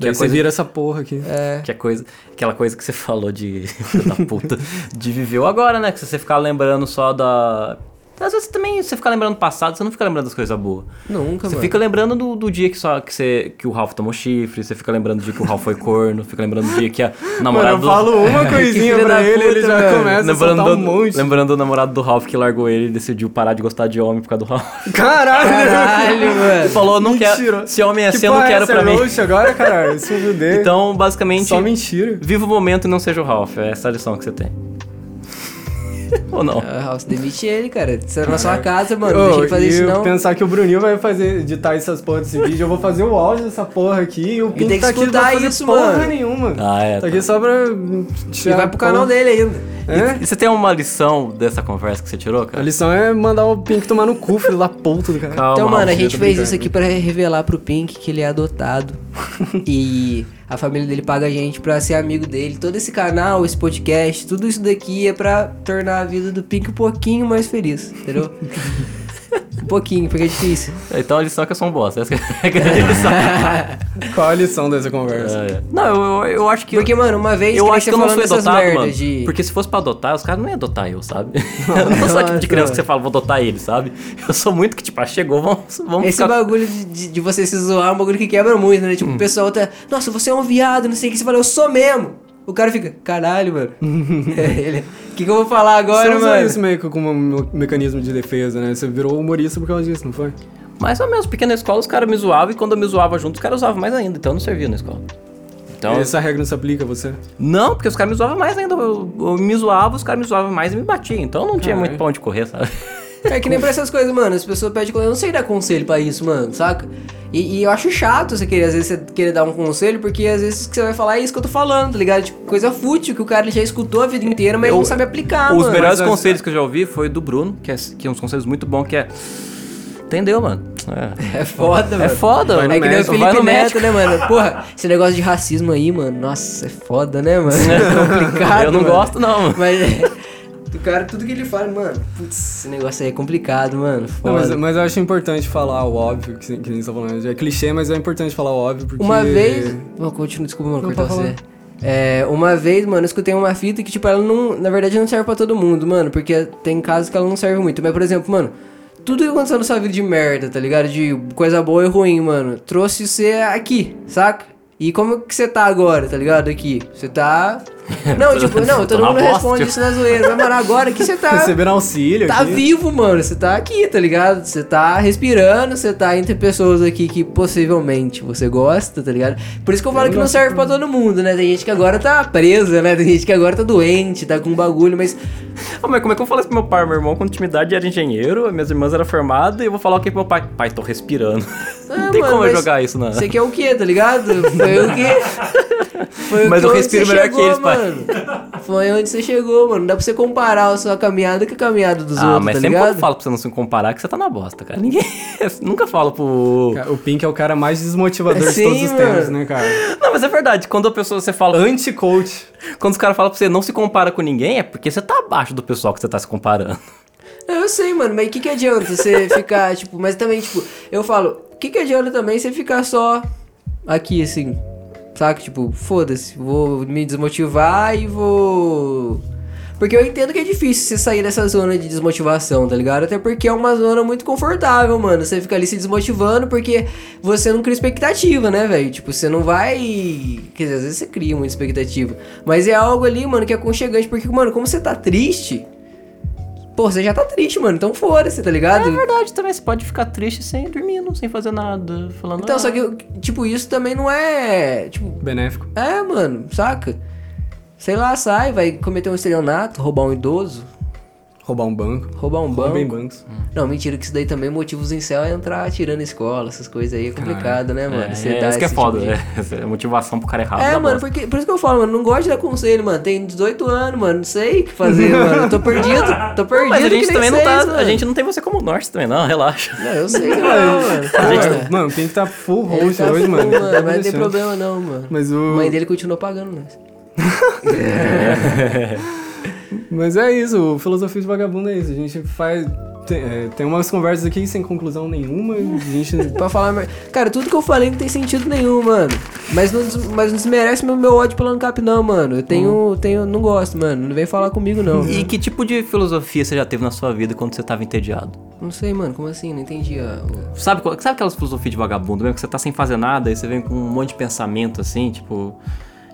A: Daí
B: é
A: você
B: coisa-
A: vira essa porra aqui.
C: é.
B: Que é coisa, aquela coisa que você falou de <laughs> filho da puta, de viveu agora, né? Que se você ficar lembrando só da. Às vezes também, se você ficar lembrando do passado, você não fica lembrando das coisas boas.
C: Nunca,
B: Você
C: mano.
B: fica lembrando do, do dia que, só, que, você, que o Ralph tomou chifre, você fica lembrando do dia que o Ralph foi corno, fica lembrando do dia que a
A: Mano,
B: namorada
A: eu
B: do...
C: um
A: falo uma <laughs> coisinha
C: filha
A: pra
C: da
A: ele, ele
C: puta,
A: já
C: velho.
A: começa a
B: lembrando,
A: soltar
B: do,
A: um monte.
B: lembrando do namorado do Ralph que largou ele e decidiu parar de gostar de homem por
A: <laughs>
B: causa do Ralph.
A: Caralho!
C: Caralho,
B: Ele
C: mano.
B: falou, não quero,
A: Mentira.
B: se homem é assim,
A: <laughs> que
B: eu não
A: porra é
B: quero
A: essa?
B: pra
A: É
B: mim.
A: roxo agora, caralho? Se fuder.
B: <laughs> Então, basicamente,
A: Só mentira.
B: viva o momento e não seja o Ralph. É essa a lição que você tem. <laughs> Ou não?
C: Ah, House, demite ele, cara. Você era na sua casa, mano.
A: Ô,
C: Deixa ele fazer
A: e
C: isso,
A: eu
C: não.
A: pensar que o Bruninho vai fazer, editar essas porras desse vídeo, eu vou fazer o áudio dessa porra aqui e o Pinto
C: tem que
A: tá aqui não
C: escutar
A: vai fazer
C: isso,
A: porra
C: mano.
A: nenhuma.
B: Ah, é,
A: Tá
B: tá.
A: aqui só pra...
C: E vai pro canal dele ainda.
A: É?
B: E você tem uma lição dessa conversa que você tirou,
A: A
B: cara?
A: lição é mandar o Pink tomar no cu, filho da puta do cara.
B: Calma,
C: Então, mano, a
B: Ralph,
C: gente
A: tô
C: fez
A: brincando.
C: isso aqui pra revelar pro Pink que ele
B: <laughs>
C: é adotado. e a família dele paga a gente pra ser amigo dele. Todo esse canal, esse podcast, tudo isso daqui é pra tornar a vida do Pink um pouquinho mais
B: <laughs>
C: feliz, entendeu? um pouquinho, porque é difícil.
B: Então a lição é que eu sou um bosta. Essa é a <laughs>
A: <laughs>
B: grande lição.
A: Qual a lição dessa conversa?
B: É. Não, eu, eu, eu acho que.
C: Porque, mano, uma vez
B: eu
C: nem
B: acho
C: você
B: que eu não
C: falando
B: fui
C: dessas
B: adotado,
C: merdas
B: mano.
C: de-
B: Porque se fosse pra adotar, os caras não iam adotar eu, sabe? <laughs> eu não sou o tipo de criança que você fala, vou adotar ele, sabe? Eu sou muito que, tipo, ah, chegou, vamos, vamos
C: Esse
B: ficar- Hum.
C: bagulho de, de, de você se zoar é um bagulho que quebra muito, né? Tipo, o pessoal tá. Nossa, você é um viado, não sei o que. Você fala, eu sou mesmo. O cara fica,
B: <laughs>
C: caralho, mano. É, ele- O que, que eu vou falar
A: Você
C: agora,
A: usa
C: mano?
A: isso meio que como um me- mecanismo de defesa, né? Você virou humorista por causa disso, não foi?
B: Mais ou menos, porque na escola os caras me zoavam e quando eu me zoava junto, os caras usavam mais ainda, então eu não servia na escola. Então.
A: Essa regra não se aplica a você?
B: Não, porque os caras me zoavam mais ainda. Eu, eu me zoava, os caras me zoavam mais e me batiam. Então eu não tinha muito pra onde correr, sabe?
C: É que nem pra essas coisas, mano. As pessoas pedem conselho. Eu não sei dar conselho pra isso, mano, saca? E, e eu acho chato você querer, às vezes, você querer dar um conselho, porque às vezes o que você vai falar é isso que eu tô falando, tá ligado? Tipo, coisa fútil que o cara ele já escutou a vida inteira, mas ele não sabe
B: <laughs> Os
C: aplicar, Ah, mano.
B: melhores
A: Mas,
B: conselhos que eu já ouvi foi do Bruno, que é, que é uns conselhos muito bons, que é. Entendeu, mano? É,
C: É foda, mano.
B: é foda,
A: Vai
B: mano.
A: no
C: É que nem o
A: médico,
B: vai
C: Felipe
B: no
C: Neto,
B: médico.
C: né, mano? Porra, esse negócio de racismo aí, mano. Nossa, é foda, né, mano? <laughs>
B: <laughs>
C: É complicado.
B: Eu não
C: mano.
B: gosto, não, mano.
C: Mas <laughs> é, o cara, tudo que ele fala, mano, putz, esse negócio aí é complicado, mano.
A: Não,
C: Foda.
A: mas, mas eu acho importante falar o óbvio, que, que nem você tá falando. É clichê, mas é importante falar o óbvio, porque... <laughs>
C: Uma vez. Bom, continua, desculpa, mano, cortar
A: pode
C: você. É, uma vez, mano, eu escutei uma fita que, tipo, ela não. Na verdade, não serve pra todo mundo, mano. Porque tem casos que ela não serve muito. Mas, por exemplo, mano, tudo que aconteceu na sua vida de merda, tá ligado? De coisa boa e ruim, mano. Trouxe você aqui, saca? E como que você tá agora, tá ligado? Aqui? Você tá. Não, tipo, não,
B: Tô
C: todo
B: na
C: mundo
B: bosta,
C: responde
B: tio.
C: isso na zoeira. Mas, mano, agora que você tá.
A: Receber auxílio
C: Tá
A: aqui.
C: vivo, mano. Você tá aqui, tá ligado? Você tá respirando, você tá entre pessoas aqui que possivelmente você gosta, tá ligado? Por isso que eu falo que não serve pra todo mundo, né? Tem gente que agora tá presa, né? Tem gente que agora tá doente, tá com bagulho, mas.
B: Ah, mas como é que eu falo isso pro meu pai? Meu irmão com intimidade era engenheiro, minhas irmãs eram formadas, e eu vou falar o que pro meu pai? Pai, tô respirando. não tem
C: ah, mano,
B: como eu
C: mas
B: jogar isso, né? não.
C: Você quer o quê, tá ligado? Foi o quê?
B: <laughs>
C: Foi
B: Mas eu
C: onde
B: respiro
C: você
B: melhor que eles, pai.
C: mano. Foi onde você chegou, mano. Não dá pra você comparar a sua caminhada com a caminhada dos
B: Ah,
C: outros,
B: mas
C: tá
B: sempre quando eu
C: ligado?
B: falo pra você não se comparar, que você tá na bosta, cara. Ninguém. <laughs> Nunca falo pro.
A: Cara, O Pink é o cara mais desmotivador
C: Sim,
A: de todos os
C: mano.
A: tempos, né, cara?
B: Não, mas é verdade. Quando a pessoa, você fala.
A: Anti-coach.
B: Quando os caras falam pra você não se compara com ninguém, é porque você tá abaixo do pessoal que você tá se comparando.
C: É, Eu sei, mano, mas o que, que adianta você ficar, tipo, mas também, tipo, eu falo, o que, que adianta também você ficar só aqui, assim, saca? Tipo, foda-se, vou me desmotivar e vou. Porque eu entendo que é difícil você sair dessa zona de desmotivação, tá ligado? Até porque é uma zona muito confortável, mano. Você fica ali se desmotivando porque você não cria expectativa, né, velho? Tipo, você não vai. Quer dizer, às vezes você cria muita expectativa. Mas é algo ali, mano, que é aconchegante. Porque, mano, como você tá triste, Pô, você já tá triste, mano. Então foda-se, tá ligado?
B: É verdade também, você pode ficar triste sem dormindo, sem fazer nada, falando.
C: Então,
B: "Ah,
C: só que, tipo, isso também não é. Tipo,
A: Benéfico.
C: é, mano, saca? Sei lá, sai, vai cometer um estelionato, roubar um idoso,
A: Roubar um banco.
C: roubar um
A: Roubem
C: banco.
A: bancos.
C: Não, mentira, que isso daí também motivos em céu é entrar atirando escola, essas coisas aí é complicado, né, mano?
B: É,
C: Você
B: é,
C: dá
B: isso que é
C: esse tipo
B: foda, Tá
C: de-
B: <laughs> é, é motivação pro cara errado.
C: É,
B: na
C: mano,
B: bosta.
C: porque, por isso que eu falo, mano, não gosto de dar conselho, mano. Tem 18 anos, mano, não sei o que fazer, mano. Eu tô perdido, tô perdido.
B: Mas a
C: que
B: gente
C: nem
B: também não
C: vocês,
B: tá. A
C: mano.
B: gente não tem você como norte também, não, relaxa.
C: Não, eu
B: <laughs>
C: sei, que não, mano.
A: Cara, mano, o Pink tá full
C: Ele
A: host
C: tá
A: hoje,
C: full,
A: mano. Tá
C: Mas não tem
A: deixando.
C: problema não, mano.
A: Mas o-
C: A mãe dele continuou pagando nós.
A: Mas é isso, o Filosofia de Vagabundo é isso. A gente faz. tem, é, tem umas conversas aqui sem conclusão nenhuma. A gente.
C: É Pra falar. mer- Cara, tudo que eu falei não tem sentido nenhum, mano. Mas não, des- mas não desmerece meu, meu ódio pelo ANCAP, não, mano. Eu tenho, tenho. Não gosto, mano. Não vem falar comigo, não.
B: E que tipo de filosofia você já teve na sua vida quando você tava entediado?
C: Não sei, mano. Como assim? Não entendi. ah, o-
B: Sabe, qual- sabe aquelas filosofias de vagabundo mesmo? Que você tá sem fazer nada e você vem com um monte de pensamento assim, tipo.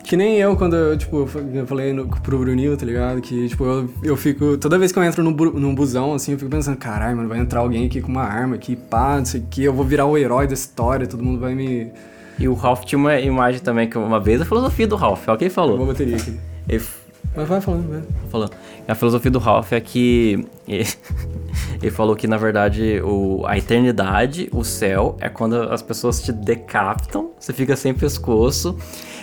A: Que nem eu, quando eu, tipo, eu fa- eu falei no, pro Brunil, tá ligado? Que, tipo, eu, eu fico. Toda vez que eu entro num, bu- num busão, assim, eu fico pensando, caralho, mano, vai entrar alguém aqui com uma arma aqui, pá, não sei o que, eu vou virar o herói da história, todo mundo vai me.
B: E o Ralph tinha uma imagem também que uma vez a filosofia do Ralph, olha o que ele
A: Eu vou
B: falou.
A: bateria aqui.
B: Ele f-
A: Mas vai falando, vai.
B: falou. A filosofia do Ralph é que. Ele, <laughs> ele falou que, na verdade, o, a eternidade, o céu, é quando as pessoas te decapitam, você fica sem pescoço,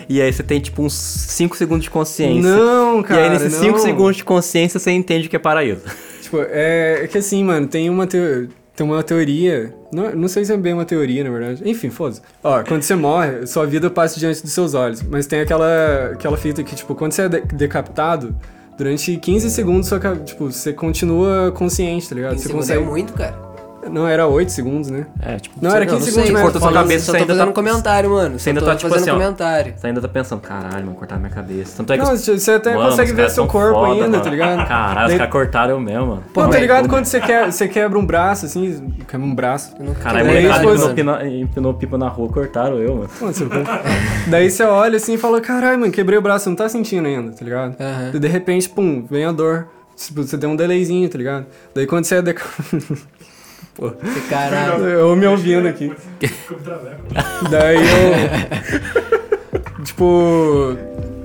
B: e aí você tem tipo uns 5 segundos de consciência.
A: Não, cara.
B: e aí, nesses 5
A: não.
B: segundos de consciência, você entende o que é paraíso.
A: Tipo, é, é que assim, mano, tem uma, teo- tem uma teoria. Não, não sei se é bem uma teoria, na verdade. Enfim, foda-se. Ó, quando você morre, sua vida passa diante dos seus olhos. Mas tem aquela, aquela fita que, tipo, quando você é de- decapitado, durante 15 segundos, sua, ca- tipo, você continua consciente, tá ligado?
C: Em
A: Você
C: segundo é
A: consegue.
C: muito, cara.
A: Não, era 8 segundos, né?
B: <laughs> É, tipo,
A: Não,
B: você-
A: era 15
B: você
A: segundos
B: corta
A: mesmo.
B: sua
C: Falando,
B: cabeça,
C: só
B: você
C: tô
B: ainda
C: fazendo
A: um
C: um
B: tá,
C: comentário, mano. Só
B: ainda
C: tô
B: tá, tipo
C: fazendo
B: assim, ó.
C: comentário.
B: Você ainda tá pensando, caralho, mano, cortaram minha cabeça. Tanto é que
A: Não,
B: os-
A: você até
B: Mano,
A: consegue
B: os
A: ver
B: caras
A: seu
B: são
A: corpo
B: foda,
A: ainda,
B: mano.
A: tá ligado?
B: Caralho, os
A: Daí-
B: caras cortaram eu mesmo, mano.
A: Não, tá ligado?
B: velho.
A: Quando você, quer, você quebra um braço, assim, quebra um braço.
C: Eu nunca
B: Caralho, é tá
A: Daí
C: quebrei
B: molecada
A: eles
C: nada,
B: empinou,
A: foram-
C: mano.
B: pina- empinou pipa na rua, cortaram eu, mano.
A: Mano, você- Daí você olha assim e fala, caralho, mano, quebrei o braço, não tá sentindo ainda, tá ligado?
C: Aham.
A: E de repente, pum, vem a dor. Tipo, Você tem um delayzinho, tá ligado? Daí quando você é deca...
C: Esse Caralho.
A: <laughs> Eu me ouvindo aqui. Daí eu.
B: <laughs>
A: tipo.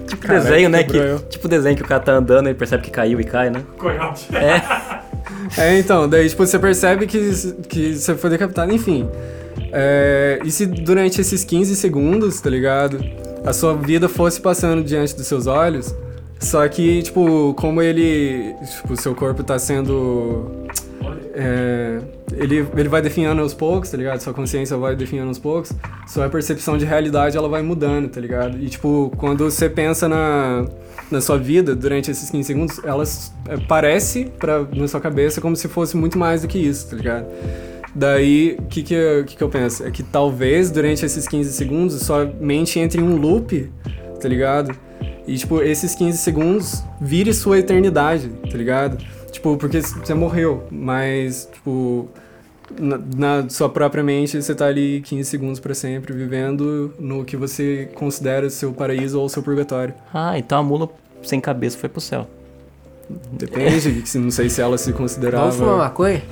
B: Tipo
A: Caralho,
B: desenho, né?
A: quebrou
B: Que,
A: eu.
B: tipo desenho que o cara tá andando e percebe que caiu e cai, né?
D: Coiote.
A: É, então, daí tipo, você percebe que, que você foi decapitado, enfim. É, e se durante esses 15 segundos, tá ligado? A sua vida fosse passando diante dos seus olhos, só que, tipo, como ele. Tipo, seu corpo tá sendo. é, ele, ele vai definhando aos poucos, tá ligado? Sua consciência vai definhando aos poucos. Sua percepção de realidade, ela vai mudando, tá ligado? E, tipo, quando você pensa na, na sua vida durante esses 15 segundos, ela s- é, parece pra, na sua cabeça como se fosse muito mais do que isso, tá ligado? Daí, o que que, eu- que que eu penso? É que talvez durante esses 15 segundos sua mente entre em um loop, tá ligado? E, tipo, esses 15 segundos vire sua eternidade, tá ligado? Tipo, porque c- você morreu, mas, tipo, na, na sua própria mente você tá ali 15 segundos pra sempre, vivendo no que você considera seu paraíso ou seu purgatório.
B: Ah, então a mula sem cabeça foi pro céu.
A: <laughs> Depende, se- não sei se ela se
C: Vamos fumar
A: considerava.
C: maconha?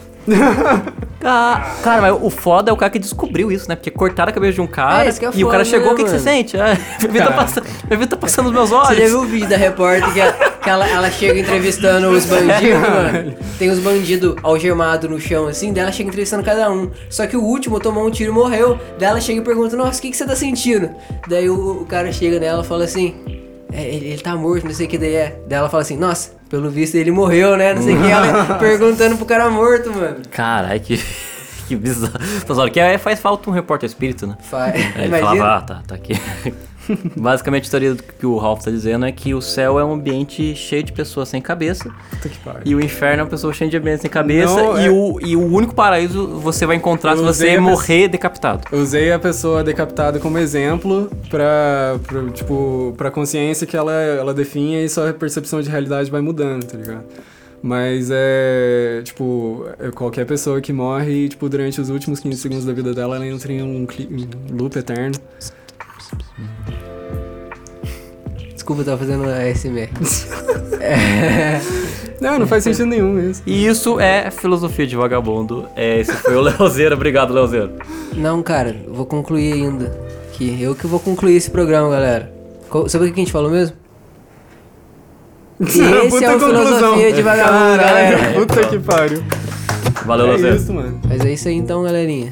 B: Ca- Ah, Cara, mas o foda é o cara que descobriu isso, né? Porque cortaram a cabeça de um cara
C: É, isso que é
B: e o
C: foda,
B: cara chegou,
C: né,
B: o que, que você
C: mano?
B: sente? É, <laughs> minha vida tá passando, minha vida tá passando nos meus
C: Você já
B: olhos.
C: viu o vídeo da repórter que, ela, que ela, ela chega entrevistando os
B: <laughs> É
C: bandidos, mano? Tem os bandidos algemados no chão, assim, dela chega entrevistando cada um. Só que o último tomou um tiro e morreu. Daí ela chega e pergunta, nossa, o que, que você tá sentindo? Daí o, o cara chega nela e fala assim, "É, ele, ele tá morto, não sei o que daí é. Daí ela fala assim, nossa, pelo visto ele morreu, né? Não sei o
B: <laughs>
C: que. Ela perguntando pro cara morto, mano.
B: Caralho, que, <laughs> que bizarro. Mas olha, que é- faz falta um repórter espírito, né?
C: Fa-
B: Aí ele falava,
C: Imagina.
B: ah, tá, tá aqui. <laughs> Basicamente, a teoria do que o Ralph tá dizendo é que o céu é um ambiente cheio de pessoas sem cabeça.
A: Puta que pariu.
B: E o inferno é uma pessoa cheia de ambiente sem cabeça.
A: Não,
B: e,
A: é-
B: o, e o único paraíso você vai encontrar se
A: Eu usei
B: você
A: a
B: morrer decapitado.
A: Eu Usei a pessoa decapitada como exemplo pra, pra, tipo, pra consciência que ela, ela definha e sua percepção de realidade vai mudando, tá ligado? Mas é, tipo, é qualquer pessoa que morre e, tipo, durante os últimos 15 segundos da vida dela, ela entra em um, cli- um loop eterno.
C: Desculpa, eu tava fazendo ASMR.
A: Não, não faz sentido nenhum isso.
B: E isso é filosofia de vagabundo. É, esse foi o <laughs> Leozeiro. Obrigado, Leozeiro.
C: Não, cara, eu vou concluir ainda. Que eu que vou concluir esse programa, galera. Qual- sabe o que a gente falou mesmo?
A: <laughs>
C: Que esse é o Filosofia de Vagabundo,
A: Caralho,
C: galera.
A: puta que pariu.
B: Valeu,
A: É
B: Leozeiro.
A: isso, mano.
C: Mas é isso aí então, galerinha.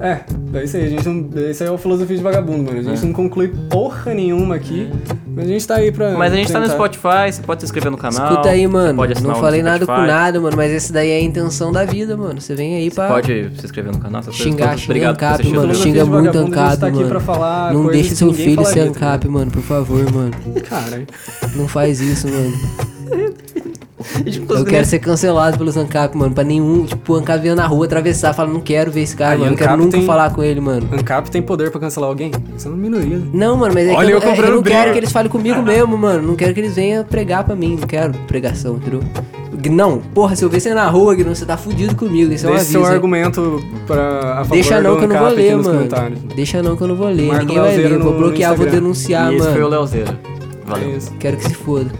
A: É, é isso aí, a gente não, isso aí é o filosofia de vagabundo, mano. A
C: É.
A: gente não conclui porra nenhuma aqui, mas a gente tá aí pra.
B: Mas a gente tá no
A: tentar.
B: Spotify, você pode se inscrever no canal.
C: Escuta aí, mano.
B: Pode assinar
C: Não
B: o
C: falei nada com
B: Spotify.
C: nada, mano, mas esse daí é a intenção da vida, mano. Você vem aí pra.
B: Pode se inscrever no canal. essas coisas
C: Xingar,
B: todas.
C: xingar
B: Obrigado por
C: Ancap,
B: assistir.
C: mano,
A: Filosofia
C: xinga
A: de
C: muito
A: vagabundo, a gente tá
C: ancap,
A: aqui
C: mano.
A: pra falar
C: Não
A: coisas
C: deixa
A: que
C: seu
A: ninguém
C: filho ser
A: falaria, tá
C: ANCAP, mano, por favor, mano.
A: ligado? Caralho.
C: Não faz isso, mano.
B: A gente não
C: Eu
B: conseguiu
C: quero
B: nem-
C: ser cancelado pelos ANCAP, mano. Pra nenhum, tipo, o ANCAP vier na rua atravessar, fala, não quero ver esse cara,
A: Aí,
C: mano. Não quero
A: ANCAP
C: nunca
A: tem-
C: falar com ele, mano.
A: ANCAP tem poder pra cancelar alguém? Isso é uma minoria.
C: Não, mano, mas é
A: Olha
C: que
A: eu
C: eu, não- é- eu
A: comprando
C: não quero
A: briga.
C: que eles falem
A: <laughs>
C: comigo mesmo, mano. Não quero que eles venham pregar pra mim. Não quero pregação, entendeu? Não, porra, se eu ver você na rua, Guilherme, você tá fudido comigo. Esse é um
A: Deixa
C: aviso.
A: seu
C: hein?
A: argumento pra, a favor
C: Deixa não
A: do
C: que eu não
A: ANCAP
C: vou
A: aqui
C: ler,
A: nos
C: mano.
A: comentários.
C: Deixa não que eu não vou ler.
A: Marco
C: Ninguém vai
A: Lauzeiro
C: ler. Vou
A: no- no
C: bloquear, vou
A: Instagram.
C: denunciar,
B: E esse foi o
C: mano.
B: Leozeiro. Valeu.
A: É isso.
C: Quero que se foda.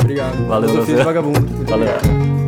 A: Obrigado.
B: Valeu,
A: Filosofia de
B: Leozeiro.
A: vagabundo. Muito
B: Valeu.
A: obrigado.